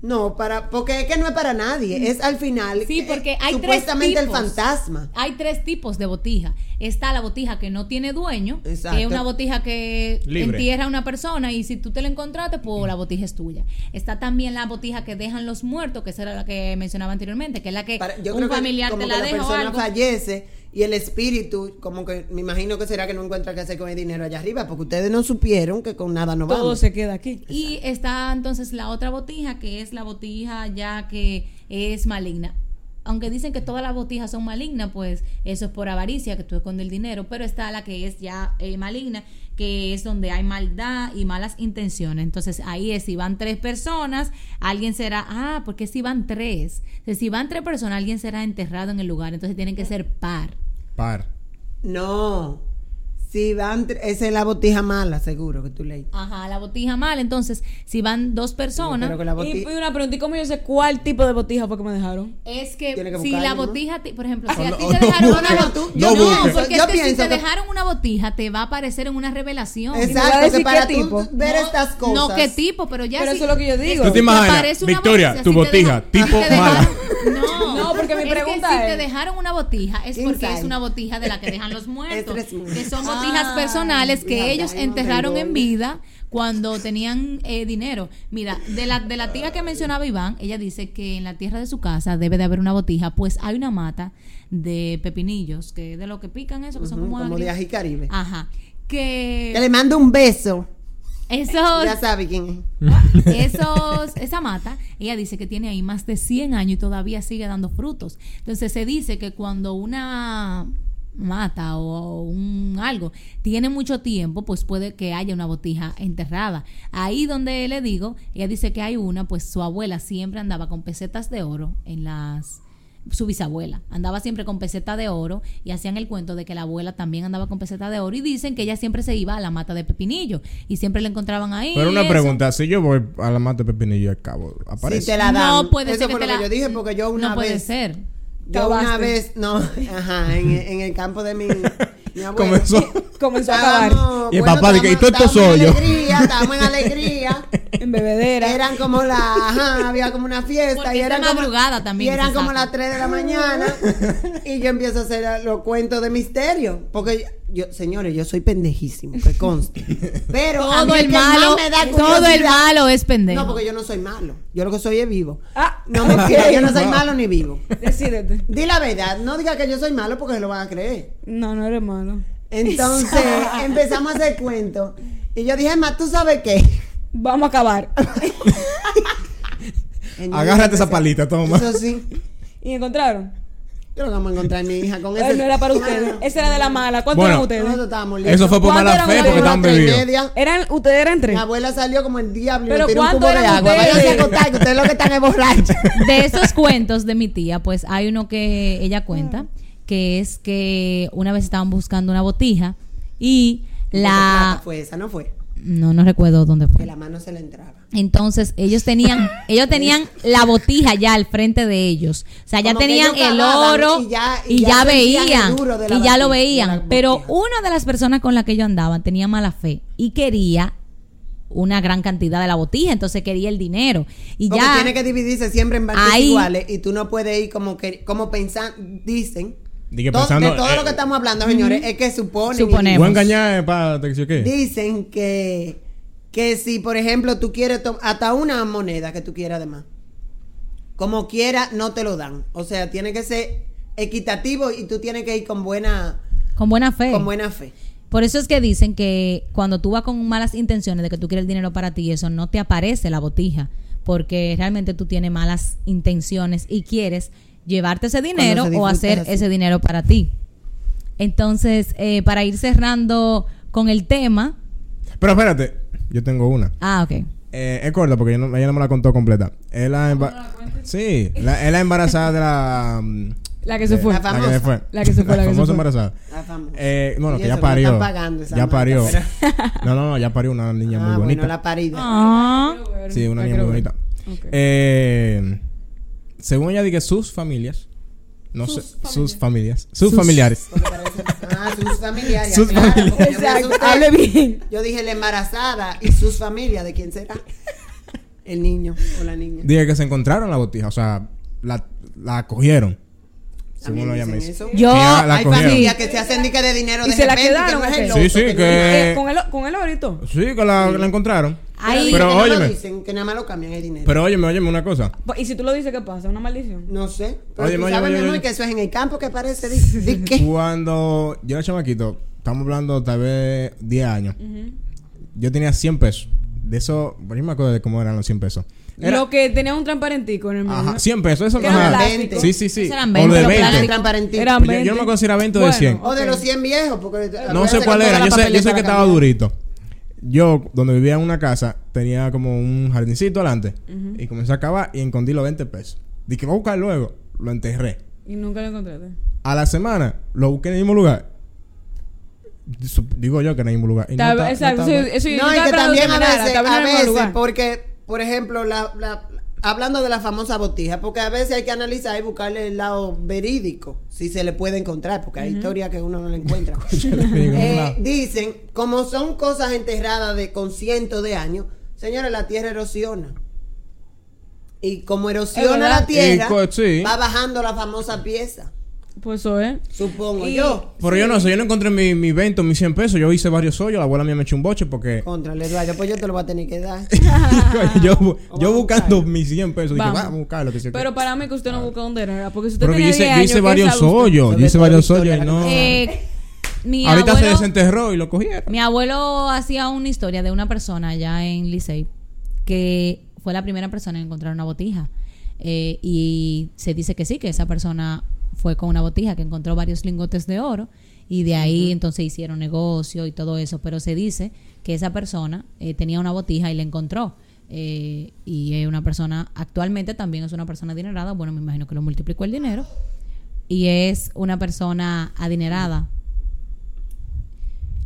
Speaker 5: No, para, porque es que no es para
Speaker 2: Mm.
Speaker 5: nadie, es al final
Speaker 1: Sí,
Speaker 5: eh,
Speaker 1: porque hay tres
Speaker 5: supuestamente el
Speaker 1: tipos.
Speaker 5: fantasma.
Speaker 1: Hay tres tipos de botija. Está la botija que no tiene dueño,
Speaker 5: Exacto.
Speaker 1: que es una botija que
Speaker 2: Libre.
Speaker 1: entierra a una persona y si tú te la encontraste, pues la botija es tuya. Está también la botija que dejan los muertos, que esa era la que mencionaba anteriormente, que es la que
Speaker 5: Para-
Speaker 1: un familiar
Speaker 5: como
Speaker 1: te
Speaker 5: que
Speaker 1: la deja o
Speaker 5: persona
Speaker 1: algo.
Speaker 5: fallece y el espíritu, como que me imagino que será que no encuentra qué hacer con el dinero allá arriba, porque ustedes no supieron que con nada no
Speaker 3: Todo
Speaker 5: vamos.
Speaker 3: se queda aquí.
Speaker 1: Y está entonces la otra botija, que es la botija ya que es maligna. Aunque dicen que todas las botijas son malignas, pues eso es por avaricia, que tú escondes el dinero, pero está la que es ya eh, maligna, que es donde hay maldad y malas intenciones. Entonces ahí es, si van tres personas, alguien será, ah, porque si van tres, Entonces, si van tres personas, alguien será enterrado en el lugar, entonces tienen que ser par.
Speaker 2: Par.
Speaker 5: No. Si van, tre- esa es la botija mala, seguro que tú leíste.
Speaker 1: Ajá, la botija mal, entonces si van dos personas...
Speaker 5: Pero que la
Speaker 3: Y, y
Speaker 5: botija.
Speaker 3: una pregunta, ¿y cómo yo sé cuál tipo de botija fue que me dejaron?
Speaker 1: Es que,
Speaker 5: Tiene que
Speaker 1: si
Speaker 5: buscarlo,
Speaker 1: la
Speaker 5: ¿no?
Speaker 1: botija, te- por ejemplo, si
Speaker 2: O
Speaker 1: a
Speaker 2: Ah, no-
Speaker 1: ti
Speaker 2: o
Speaker 1: te
Speaker 2: no
Speaker 1: dejaron
Speaker 2: busque.
Speaker 1: una botija,
Speaker 2: No busque.
Speaker 1: porque
Speaker 5: Yo
Speaker 1: es que si
Speaker 5: pienso
Speaker 1: te
Speaker 5: que-
Speaker 1: dejaron una botija, te va a aparecer en una revelación.
Speaker 3: me va a
Speaker 5: Exacto,
Speaker 3: decir
Speaker 5: que para
Speaker 3: qué
Speaker 5: tú
Speaker 3: tipo.
Speaker 5: ver
Speaker 1: No-
Speaker 5: estas cosas.
Speaker 1: No, qué tipo, pero ya
Speaker 3: Pero
Speaker 1: si-
Speaker 3: eso es lo que yo digo.
Speaker 2: ¿Tú te imaginas,
Speaker 1: aparece una
Speaker 2: Victoria, tu
Speaker 1: si te
Speaker 2: botija, tipo
Speaker 1: si te
Speaker 2: mala?
Speaker 1: dejaron- No,
Speaker 3: No, porque mi
Speaker 1: es
Speaker 3: pregunta
Speaker 1: que si te
Speaker 3: es-
Speaker 1: dejaron una botija es porque
Speaker 5: Inside.
Speaker 1: es una botija de la que dejan los muertos,
Speaker 5: Es tres-
Speaker 1: que son botijas
Speaker 3: Ah,
Speaker 1: personales que
Speaker 5: mira,
Speaker 1: ellos
Speaker 5: ahí no
Speaker 1: enterraron
Speaker 5: tengo
Speaker 1: en
Speaker 5: una.
Speaker 1: vida cuando tenían eh, dinero. Mira, de la de la tía que mencionaba Iván, ella dice que en la tierra de su casa debe de haber una botija, pues hay una mata de pepinillos, que es de lo que pican eso, que son
Speaker 5: Ujú,
Speaker 1: como,
Speaker 5: como de
Speaker 1: agrios.
Speaker 5: Ají Caribe.
Speaker 1: Ajá.
Speaker 5: Que
Speaker 1: Que
Speaker 5: le mando un beso.
Speaker 1: eso
Speaker 5: Ya sabe quién es.
Speaker 1: esos, esa mata, ella dice que tiene ahí más de 100 años y todavía sigue dando frutos. Entonces se dice que cuando una mata o un algo tiene mucho tiempo, pues puede que haya una botija enterrada. Ahí donde le digo, ella dice que hay una, pues su abuela siempre andaba con pesetas de oro en las su bisabuela andaba siempre con peseta de oro y hacían el cuento de que la abuela también andaba con peseta de oro y dicen que ella siempre se iba a la mata de pepinillo y siempre la encontraban ahí
Speaker 2: Pero una
Speaker 1: eso.
Speaker 2: pregunta, si yo voy a la mata de pepinillo al cabo, aparece.
Speaker 5: Si te la dan.
Speaker 1: No puede
Speaker 5: Eso
Speaker 1: ser que
Speaker 5: fue
Speaker 1: te
Speaker 5: lo
Speaker 1: la...
Speaker 5: que yo dije, porque yo una
Speaker 1: No puede
Speaker 5: vez-
Speaker 1: ser.
Speaker 5: Yo una
Speaker 3: Acabaste.
Speaker 5: vez, no, ajá, en, en el campo de mi, mi abuelo.
Speaker 2: Comenzó.
Speaker 3: Comenzó a acabar.
Speaker 5: Estábamos,
Speaker 2: Y el papá dice, ¿y
Speaker 5: estábamos-
Speaker 2: todo esto
Speaker 5: estábamos en
Speaker 2: soy yo?
Speaker 5: alegría, estábamos en alegría.
Speaker 3: En bebedera.
Speaker 5: Eran como la, ajá, había como una fiesta
Speaker 1: Porque
Speaker 5: y
Speaker 1: es de
Speaker 5: eran como-
Speaker 1: madrugada también
Speaker 5: Y
Speaker 1: que
Speaker 5: eran
Speaker 1: se
Speaker 5: como
Speaker 1: saca.
Speaker 5: las 3 de la mañana y yo empiezo a hacer eh, los cuentos de misterio, porque yo, señores, yo soy pendejísimo, que conste. Pero a mí
Speaker 1: Todo
Speaker 5: es
Speaker 1: el
Speaker 5: que más
Speaker 1: malo,
Speaker 5: me da
Speaker 1: todo el
Speaker 5: curiosidad-
Speaker 1: malo es pendejo.
Speaker 5: No, porque yo no soy malo. Yo lo que soy es vivo.
Speaker 3: Ah,
Speaker 5: No mentira, yo no soy
Speaker 2: No.
Speaker 5: malo ni vivo.
Speaker 3: Decídete.
Speaker 5: Di la verdad, no diga que yo soy malo porque se lo van a creer.
Speaker 3: No, no eres malo.
Speaker 5: Entonces empezamos a hacer cuentos. Y yo dije, más, ¿tú sabes qué?
Speaker 3: Vamos a acabar.
Speaker 2: Agárrate esa palita, toma.
Speaker 5: Eso sí.
Speaker 3: ¿Y encontraron?
Speaker 5: Yo no vamos a encontrar mi hija con
Speaker 3: Ay,
Speaker 5: ese.
Speaker 3: no era para ustedes. Esa era de la mala. ¿Cuántos
Speaker 2: Bueno.
Speaker 5: Ah,
Speaker 3: eran
Speaker 5: Nosotros
Speaker 3: ustedes?
Speaker 5: estábamos listos.
Speaker 2: Eso fue por
Speaker 3: ¿Cuánto
Speaker 2: mala
Speaker 3: eran
Speaker 2: fe porque
Speaker 3: ustedes?
Speaker 2: estaban
Speaker 5: Las tres y
Speaker 2: bebidos.
Speaker 5: media.
Speaker 3: Eran, ustedes eran
Speaker 5: Mi
Speaker 3: tres.
Speaker 5: abuela salió como el diablo y le
Speaker 3: Pero
Speaker 5: tiró un
Speaker 3: ¿cuánto
Speaker 5: cubo de
Speaker 3: eran
Speaker 5: agua.
Speaker 3: ustedes?
Speaker 5: Váyanse a acostar, que ustedes lo que están es borrachos.
Speaker 1: de esos cuentos de mi tía, pues hay uno que ella
Speaker 5: Mm.
Speaker 1: cuenta, que es que una vez estaban buscando una botija y
Speaker 5: De plata
Speaker 1: la...
Speaker 5: Fue esa, no fue.
Speaker 1: No, no recuerdo dónde
Speaker 5: que
Speaker 1: fue.
Speaker 5: la mano se le entraba.
Speaker 1: Entonces, ellos tenían, ellos tenían la botija ya al frente de ellos. O sea, ya
Speaker 5: Como que
Speaker 1: tenían
Speaker 5: ellos
Speaker 1: el
Speaker 5: cavaban
Speaker 1: oro
Speaker 5: y ya- y
Speaker 1: y
Speaker 5: ya
Speaker 1: ya
Speaker 5: sentían el
Speaker 1: veían
Speaker 5: duro de la
Speaker 1: y ya lo
Speaker 5: botija, de
Speaker 1: veían.
Speaker 5: la
Speaker 1: Pero
Speaker 5: botija.
Speaker 1: una de las personas con la que ellos andaban tenía mala fe y quería una gran cantidad de la botija, entonces quería el dinero. Y
Speaker 5: Porque
Speaker 1: ya
Speaker 5: tiene que dividirse siempre en partes
Speaker 1: Ahí.
Speaker 5: iguales y tú no puedes ir como que como pensan dicen.
Speaker 2: Di que
Speaker 5: To-
Speaker 2: pensando,
Speaker 5: de todo
Speaker 2: eh,
Speaker 5: lo que estamos hablando, señores, es que suponen. y
Speaker 1: Suponemos.
Speaker 2: Voy a engañar eh, para que yo qué.
Speaker 5: Dicen que, que si, por ejemplo, tú quieres to- hasta una moneda que tú quieras además, como quiera, no te lo dan. O sea, tiene que ser equitativo y tú tienes que ir con buena,
Speaker 1: con buena fe.
Speaker 5: con buena fe.
Speaker 1: Por eso es que dicen que cuando tú vas con malas intenciones de que tú quieres el dinero para ti, eso no te aparece la botija, porque realmente tú tienes malas intenciones y quieres llevarte ese dinero
Speaker 5: Cuando se
Speaker 1: o hacer
Speaker 5: disfruta es así.
Speaker 1: ese dinero para ti. Entonces, eh, para ir cerrando con el tema,
Speaker 2: Pero espérate, yo tengo una.
Speaker 1: ah, ok.
Speaker 2: Eh, es corta porque ella no, ella no me la contó completa. Es la, emba- sí, la- es la embarazada de la. mm,
Speaker 3: La que se
Speaker 2: de-
Speaker 3: fue.
Speaker 5: La
Speaker 2: La que se fue.
Speaker 3: La que se fue, la que se
Speaker 2: famosa
Speaker 3: fue.
Speaker 2: embarazada.
Speaker 5: La famosa.
Speaker 2: Eh, bueno,
Speaker 5: Y
Speaker 2: que ya
Speaker 5: eso que no
Speaker 2: parió.
Speaker 5: están pagando esa
Speaker 2: ya
Speaker 5: marca,
Speaker 2: parió.
Speaker 5: pero-
Speaker 2: No, no, no, ya parió una niña
Speaker 5: Ah,
Speaker 2: muy bonita.
Speaker 5: bueno, la parida.
Speaker 1: Ah,
Speaker 2: Sí, una
Speaker 3: La
Speaker 2: niña muy
Speaker 3: quiero
Speaker 2: bonita.
Speaker 3: ver. Ok.
Speaker 2: Eh, según ella, dije sus familias. No sé, sus familias. Sus,
Speaker 1: Sus-
Speaker 2: familiares.
Speaker 5: Porque parece- ah, sus familiares.
Speaker 2: Sus
Speaker 5: claro,
Speaker 2: familiares.
Speaker 5: porque yo me
Speaker 3: Exacto,
Speaker 5: asusté.
Speaker 3: hable bien.
Speaker 5: Yo dije la embarazada y sus familias, ¿de quién será? El niño o la niña.
Speaker 2: Dije que se encontraron la botija, o sea, la, la cogieron.
Speaker 5: También
Speaker 2: Según lo ella me
Speaker 5: dicen
Speaker 2: dice.
Speaker 5: eso.
Speaker 1: Yo-
Speaker 2: Que ya la
Speaker 5: Hay
Speaker 2: cogieron.
Speaker 5: familias que se hacen dique de dinero
Speaker 3: Y
Speaker 5: de
Speaker 3: se la
Speaker 5: repente,
Speaker 3: quedaron,
Speaker 5: que no es el
Speaker 3: ok.
Speaker 5: loto,
Speaker 2: Sí, sí,
Speaker 5: que no es-
Speaker 2: que-
Speaker 3: Eh, con el con el orito.
Speaker 2: Sí, que la, la encontraron.
Speaker 1: ahí
Speaker 2: Pero
Speaker 5: Pero oye,
Speaker 2: óyeme.
Speaker 5: dicen que nada más lo cambian el dinero.
Speaker 2: Pero óyeme, óyeme una cosa.
Speaker 3: Y si tú lo dices, ¿qué pasa? ¿Una maldición?
Speaker 5: no sé. Pero
Speaker 2: Oye,
Speaker 5: tú
Speaker 2: oye,
Speaker 5: sabes,
Speaker 2: oye,
Speaker 5: mi amor,
Speaker 2: oye.
Speaker 5: que eso es en el campo que parece. di- di que-
Speaker 2: Cuando yo era chamaquito, estamos hablando tal vez 10 años, yo tenía 100 pesos. De eso, por ahí me acuerdo de cómo eran los 100 pesos. Era,
Speaker 3: Lo que tenía un transparentico en el medio.
Speaker 2: ajá, 100 pesos, eso no
Speaker 3: Eran
Speaker 2: ajá.
Speaker 5: plástico.
Speaker 2: Sí, sí, sí.
Speaker 1: Esos eran
Speaker 2: o
Speaker 1: 20,
Speaker 2: de
Speaker 1: pero
Speaker 2: 20.
Speaker 1: plástico.
Speaker 5: transparentito.
Speaker 3: Era-
Speaker 2: Pero Yo, yo no me
Speaker 3: Veinte.
Speaker 2: considero 20 de
Speaker 3: Bueno,
Speaker 2: 100.
Speaker 5: O de los 100 viejos.
Speaker 2: No
Speaker 5: Porque
Speaker 2: sé
Speaker 5: acuérdate
Speaker 2: cuál
Speaker 5: que toda
Speaker 2: era,
Speaker 5: la
Speaker 2: yo sé, yo sé
Speaker 5: papeleta
Speaker 2: que
Speaker 5: la
Speaker 2: estaba
Speaker 5: cambiaron.
Speaker 2: durito. Yo, donde vivía en una casa, tenía como un jardincito adelante. Y comencé a cavar y escondí los 20 pesos. Dije, voy a buscar luego. Lo enterré.
Speaker 3: Y nunca lo encontraste.
Speaker 2: A la semana, lo busqué en el mismo lugar. Sup- Digo yo que en el mismo lugar. Y no
Speaker 3: Tal-
Speaker 2: está- no
Speaker 3: exacto.
Speaker 2: está-
Speaker 3: eso- eso yo
Speaker 5: No, y
Speaker 3: estaba
Speaker 5: que
Speaker 3: esperando
Speaker 5: también a
Speaker 3: terminara,
Speaker 5: veces,
Speaker 3: estaba en
Speaker 5: a
Speaker 3: el mismo
Speaker 5: veces,
Speaker 3: lugar.
Speaker 5: porque, por ejemplo, la, la- hablando de la famosa botija, porque a veces hay que analizar y buscarle el lado verídico, si se le puede encontrar, porque hay historias que uno no le encuentra. Eh, dicen, como son cosas enterradas de con cientos de años, señores, la tierra erosiona. Y como
Speaker 3: Es
Speaker 5: erosiona
Speaker 3: verdad.
Speaker 5: la tierra,
Speaker 2: Y co- sí.
Speaker 5: va bajando la famosa pieza,
Speaker 3: Pues eso es.
Speaker 5: supongo
Speaker 3: Y-
Speaker 5: yo.
Speaker 2: Pero yo no sé, yo no encontré mi, mi 20 o mis 100 pesos. Yo hice varios hoyos. La abuela mía me echó un boche porque
Speaker 5: Contra Eduardo, pues yo te lo voy a tener que dar.
Speaker 2: yo, bu-
Speaker 5: Vamos a
Speaker 2: yo buscando
Speaker 5: buscarlo.
Speaker 2: mis 100 pesos. Dije,
Speaker 3: Vamos.
Speaker 2: vamos a buscarlo. Que sí, que-
Speaker 3: Pero para mí que usted no busca dónde era, porque si usted
Speaker 2: Pero que yo
Speaker 3: tenía
Speaker 2: hice, yo
Speaker 3: 10 años,
Speaker 2: hice
Speaker 3: ¿qué
Speaker 2: varios
Speaker 3: sabe usted?
Speaker 2: hoyos.
Speaker 5: Sobre
Speaker 2: Yo hice
Speaker 5: todo
Speaker 2: varios
Speaker 5: Victoria,
Speaker 2: hoyos y
Speaker 5: la
Speaker 2: no.
Speaker 1: Eh, mi
Speaker 2: Ahorita se
Speaker 1: abuelo-
Speaker 2: desenterró y lo
Speaker 3: Eh,
Speaker 2: cogieron.
Speaker 1: Mi abuelo hacía una historia de una persona allá en Licey que fue la primera persona en encontrar una botija. Eh, y se dice que sí, que esa persona fue con una botija que encontró varios lingotes de oro y de ahí entonces hicieron negocio y todo eso. Pero se dice que esa persona eh, tenía una botija y la encontró. Eh, y es una persona, actualmente también es una persona adinerada. Bueno, me imagino que lo multiplicó el dinero. Y es una persona adinerada.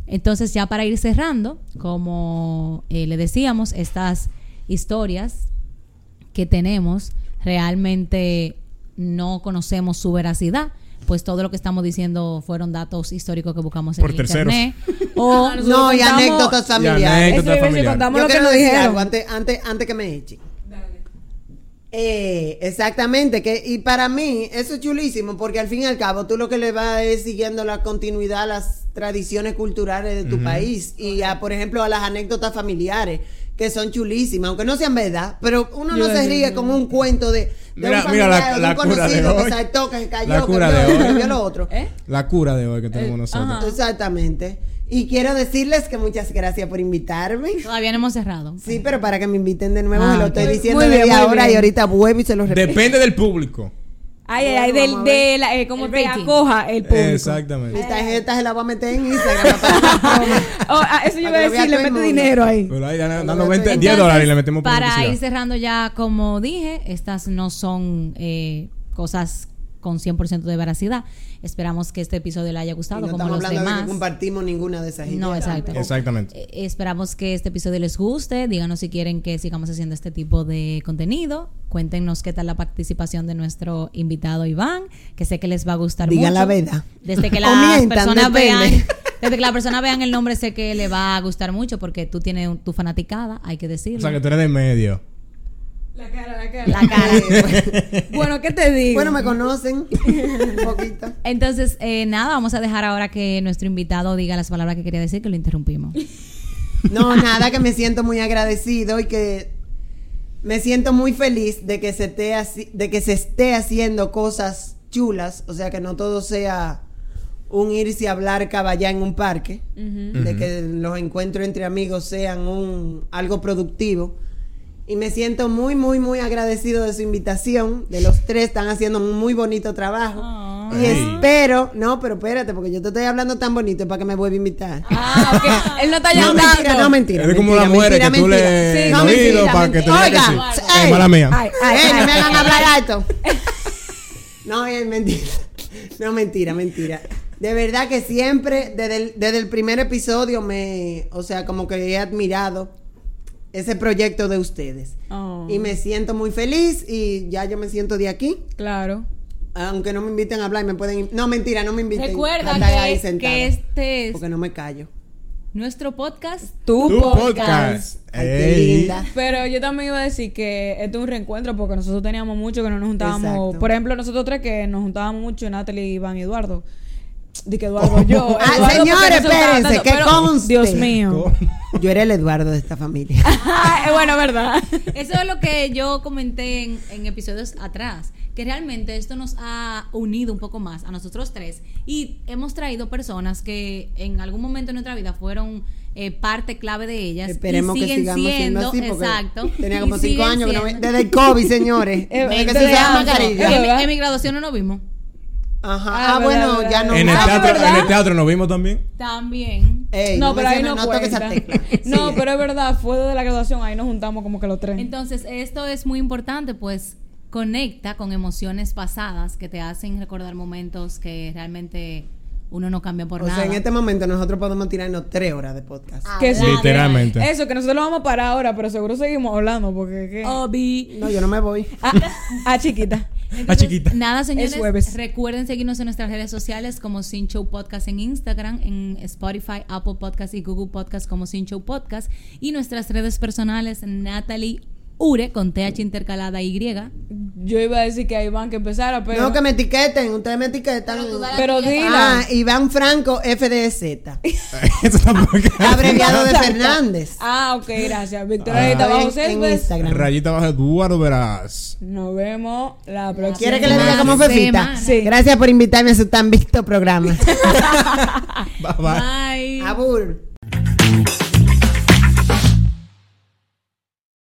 Speaker 1: Entonces, ya para ir cerrando, como eh, le decíamos, estas historias que tenemos realmente no conocemos su veracidad, pues todo lo que estamos diciendo fueron datos históricos que buscamos en
Speaker 2: Por
Speaker 1: el
Speaker 2: terceros.
Speaker 1: internet. O
Speaker 3: Ah, nosotros
Speaker 5: No, y
Speaker 3: contamos-
Speaker 5: anécdotas
Speaker 2: Y
Speaker 5: familiares.
Speaker 2: anécdotas
Speaker 3: Eso iba a decir,
Speaker 2: familiares.
Speaker 3: contamos
Speaker 5: Yo
Speaker 3: lo que
Speaker 5: quiero
Speaker 3: nos
Speaker 5: decir
Speaker 3: dijeron.
Speaker 5: algo antes, antes, antes que me echen. Eh, exactamente, que y para mí eso es chulísimo porque al fin y al cabo tú lo que le vas es siguiendo la continuidad a las tradiciones culturales de tu país y a, por ejemplo a las anécdotas familiares que son chulísimas, aunque no sean verdad, pero uno no
Speaker 3: Yo
Speaker 5: se
Speaker 3: sí,
Speaker 5: ríe con un cuento de, de
Speaker 2: Mira-
Speaker 5: un
Speaker 2: mira la-
Speaker 5: familiar o de
Speaker 2: la
Speaker 5: un
Speaker 2: cura de
Speaker 5: conocido
Speaker 2: hoy.
Speaker 5: que saltó, que se cayó,
Speaker 2: La cura
Speaker 5: que
Speaker 2: de
Speaker 5: vio, que
Speaker 2: hoy.
Speaker 5: vio lo otro.
Speaker 3: ¿Eh?
Speaker 2: La cura de hoy que tenemos nosotros.
Speaker 3: ajá.
Speaker 5: Exactamente. Y quiero decirles que muchas gracias por invitarme.
Speaker 1: todavía no hemos cerrado.
Speaker 5: Sí, pero para que me inviten de nuevo,
Speaker 1: Ah,
Speaker 5: se lo
Speaker 1: ok.
Speaker 5: estoy diciendo
Speaker 3: Muy bien,
Speaker 5: desde
Speaker 3: muy
Speaker 5: ahora
Speaker 3: bien.
Speaker 5: y ahorita vuelvo y se los repito.
Speaker 2: Depende del público.
Speaker 3: Ay, ay,
Speaker 5: Bueno,
Speaker 3: ay,
Speaker 5: vamos
Speaker 3: del,
Speaker 5: a ver.
Speaker 3: de la, eh, como
Speaker 1: El
Speaker 3: te
Speaker 1: rating.
Speaker 3: acoja el público. Eh,
Speaker 5: Mi
Speaker 2: Exactamente.
Speaker 5: tarjeta se la voy a meter en Instagram. para-
Speaker 3: Oh, ah, eso yo iba
Speaker 5: Para
Speaker 3: a
Speaker 5: que
Speaker 3: decir, le
Speaker 5: lo vea todo el
Speaker 3: mete
Speaker 5: mundo.
Speaker 3: dinero ahí.
Speaker 2: Pero ahí dan- dando
Speaker 5: Entonces,
Speaker 2: 20, 10
Speaker 1: Entonces,
Speaker 2: dólares y le metemos por
Speaker 1: Para ir
Speaker 2: publicidad.
Speaker 1: cerrando ya, como dije, estas no son eh, cosas con 100% de veracidad. Esperamos que este episodio le haya gustado,
Speaker 5: Y no
Speaker 1: como
Speaker 5: estamos
Speaker 1: los
Speaker 5: hablando de
Speaker 1: demás.
Speaker 5: que compartimos ninguna de esas ideas.
Speaker 1: No, exacto.
Speaker 2: Exactamente.
Speaker 1: Eh, Esperamos que este episodio les guste. Díganos si quieren que sigamos haciendo este tipo de contenido. Cuéntenos qué tal la participación de nuestro invitado Iván, que sé que les va a gustar
Speaker 5: Digan
Speaker 1: mucho.
Speaker 5: la verdad.
Speaker 1: Desde que
Speaker 5: O
Speaker 1: las
Speaker 5: mientan,
Speaker 1: personas
Speaker 5: depende.
Speaker 1: vean, desde que las personas vean el nombre sé que le va a gustar mucho porque tú tienes un- tu fanaticada, hay que
Speaker 3: Eh,
Speaker 2: O
Speaker 1: decirlo.
Speaker 2: sea, que tú eres de medio.
Speaker 3: La cara, la cara.
Speaker 1: la cara.
Speaker 3: Bueno, ¿qué te digo?
Speaker 5: Eh, Bueno, me conocen un poquito.
Speaker 1: Entonces, eh, nada, vamos a dejar ahora que nuestro invitado diga las palabras que quería decir, que lo interrumpimos.
Speaker 5: No, nada, que me siento muy agradecido y que me siento muy feliz de que se esté, haci- de que se esté haciendo cosas chulas, o sea, que no todo sea un irse a hablar caballá en un parque, de que los encuentros entre amigos sean un algo productivo. Y me siento muy, muy, muy agradecido de su invitación. De los tres están haciendo un muy bonito trabajo.
Speaker 1: Aw.
Speaker 5: Y
Speaker 2: Ey.
Speaker 5: espero, no, pero espérate, porque yo te estoy hablando tan bonito es para que me vuelva a invitar.
Speaker 3: Ah, ok. Él no está
Speaker 5: No,
Speaker 3: llorando.
Speaker 5: mentira, no, mentira.
Speaker 2: Es como
Speaker 5: mentira,
Speaker 2: la mujer que
Speaker 5: mentira,
Speaker 2: tú
Speaker 5: mentira.
Speaker 2: le
Speaker 3: Sí,
Speaker 2: el
Speaker 3: no, mentira,
Speaker 2: oído para que te diga que
Speaker 5: Oiga,
Speaker 2: sí.
Speaker 5: ey,
Speaker 2: Eh, mala mía.
Speaker 3: ay,
Speaker 5: Ay, ey, no me hagan hablar alto. No, es mentira. No, mentira, mentira. De verdad que siempre, desde el, desde el primer episodio, me. O sea, como que he admirado ese proyecto de ustedes.
Speaker 3: Oh,
Speaker 5: Y me siento muy feliz y ya yo me siento de aquí.
Speaker 3: Claro.
Speaker 5: Aunque no me inviten a hablar, me pueden. No, mentira, no me inviten.
Speaker 1: Recuerda
Speaker 5: Andar ahí
Speaker 1: que,
Speaker 5: sentado,
Speaker 1: que este es
Speaker 5: Porque no me callo.
Speaker 1: nuestro podcast.
Speaker 3: Tu,
Speaker 2: Tu
Speaker 3: podcast.
Speaker 2: podcast.
Speaker 5: Ay, qué
Speaker 2: Ey.
Speaker 5: linda.
Speaker 3: Pero yo también iba a decir que esto es un reencuentro porque nosotros teníamos mucho que no nos juntábamos.
Speaker 5: Exacto.
Speaker 3: Por ejemplo, nosotros tres que nos juntábamos mucho, Natalie, Iván y Eduardo. De que Eduardo yo.
Speaker 5: Ah,
Speaker 3: Eduardo,
Speaker 5: señores,
Speaker 3: porque no se juntaba
Speaker 5: espérense,
Speaker 3: tanto,
Speaker 5: que
Speaker 3: pero-
Speaker 5: conste.
Speaker 3: Dios mío.
Speaker 5: Yo era el Eduardo de esta familia.
Speaker 3: Ah, bueno, ¿verdad?
Speaker 1: Eso es lo que yo comenté en, en episodios atrás, que realmente esto nos ha unido un poco más a nosotros tres y hemos traído personas que en algún momento de nuestra vida fueron eh, parte clave de ellas. y
Speaker 5: Esperemos que
Speaker 1: siguen
Speaker 5: sigamos siendo, así. Porque
Speaker 1: exacto.
Speaker 5: Tenía
Speaker 1: y
Speaker 5: como cinco
Speaker 1: siguen
Speaker 5: años que no ve-
Speaker 1: siendo-
Speaker 5: Desde el COVID, señores.
Speaker 3: Eh,
Speaker 5: desde que se
Speaker 3: desde
Speaker 5: usaba
Speaker 1: ah,
Speaker 3: antes.
Speaker 5: mascarilla.
Speaker 3: Eh,
Speaker 1: En, mi-
Speaker 3: ¿verdad?
Speaker 1: en mi graduación no nos vimos.
Speaker 5: Ajá.
Speaker 3: Ah,
Speaker 5: Ah,
Speaker 3: verdad,
Speaker 5: bueno,
Speaker 3: verdad.
Speaker 5: ya no.
Speaker 2: En el
Speaker 5: Ah,
Speaker 2: teatro,
Speaker 3: ¿verdad?
Speaker 2: en el teatro nos vimos también.
Speaker 1: También.
Speaker 5: Ey,
Speaker 3: no, pero ahí no,
Speaker 5: menciona- no toques esa
Speaker 3: cuenta.
Speaker 5: tecla.
Speaker 3: No,
Speaker 5: Sigue.
Speaker 3: pero es verdad, fue desde la graduación, ahí nos juntamos como que los tres.
Speaker 1: Entonces, esto es muy importante, pues conecta con emociones pasadas que te hacen recordar momentos que realmente uno no cambia por
Speaker 5: O
Speaker 1: nada. Ah.
Speaker 5: sea, en este momento nosotros podemos tirarnos tres horas de podcast.
Speaker 3: Que sí.
Speaker 2: Literalmente.
Speaker 3: Eso, que nosotros lo vamos a parar ahora, pero seguro seguimos hablando porque... ¿qué?
Speaker 5: Oh.
Speaker 1: Obi.
Speaker 5: No, yo no me voy.
Speaker 3: Ah, ah, chiquita.
Speaker 2: Ah, chiquita.
Speaker 1: Nada, señores.
Speaker 3: Es jueves.
Speaker 1: Recuerden seguirnos en nuestras redes sociales como Sin Show Podcast en Instagram, en Spotify, Apple Podcast y Google Podcast como Sin Show Podcast. Y nuestras redes personales, Natalie Ure con TH intercalada Y.
Speaker 3: Yo iba a decir que a Iván que empezara, pero...
Speaker 5: No, que me etiqueten. Ustedes me etiquetan.
Speaker 1: Pero tú dale
Speaker 3: Pero
Speaker 1: aquí ya
Speaker 3: dila.
Speaker 5: Ah, Iván Franco, FDZ.
Speaker 2: Eso tampoco es-
Speaker 5: Abreviado de
Speaker 3: Exacto.
Speaker 5: Fernández.
Speaker 3: Ah, ok, gracias. Victoria
Speaker 2: Ah.
Speaker 3: ahí está
Speaker 5: Estoy
Speaker 3: bajo
Speaker 5: en- en
Speaker 3: Céspedes.
Speaker 5: Instagram.
Speaker 2: Rayita abajo Eduardo Verás.
Speaker 3: Nos vemos la próxima.
Speaker 5: ¿Quiere que le diga
Speaker 1: Semana,
Speaker 5: cómo fue Fita?
Speaker 1: semana.
Speaker 3: Sí.
Speaker 5: Gracias por invitarme a su tan visto programa.
Speaker 2: Bye bye.
Speaker 1: Bye.
Speaker 5: Abur.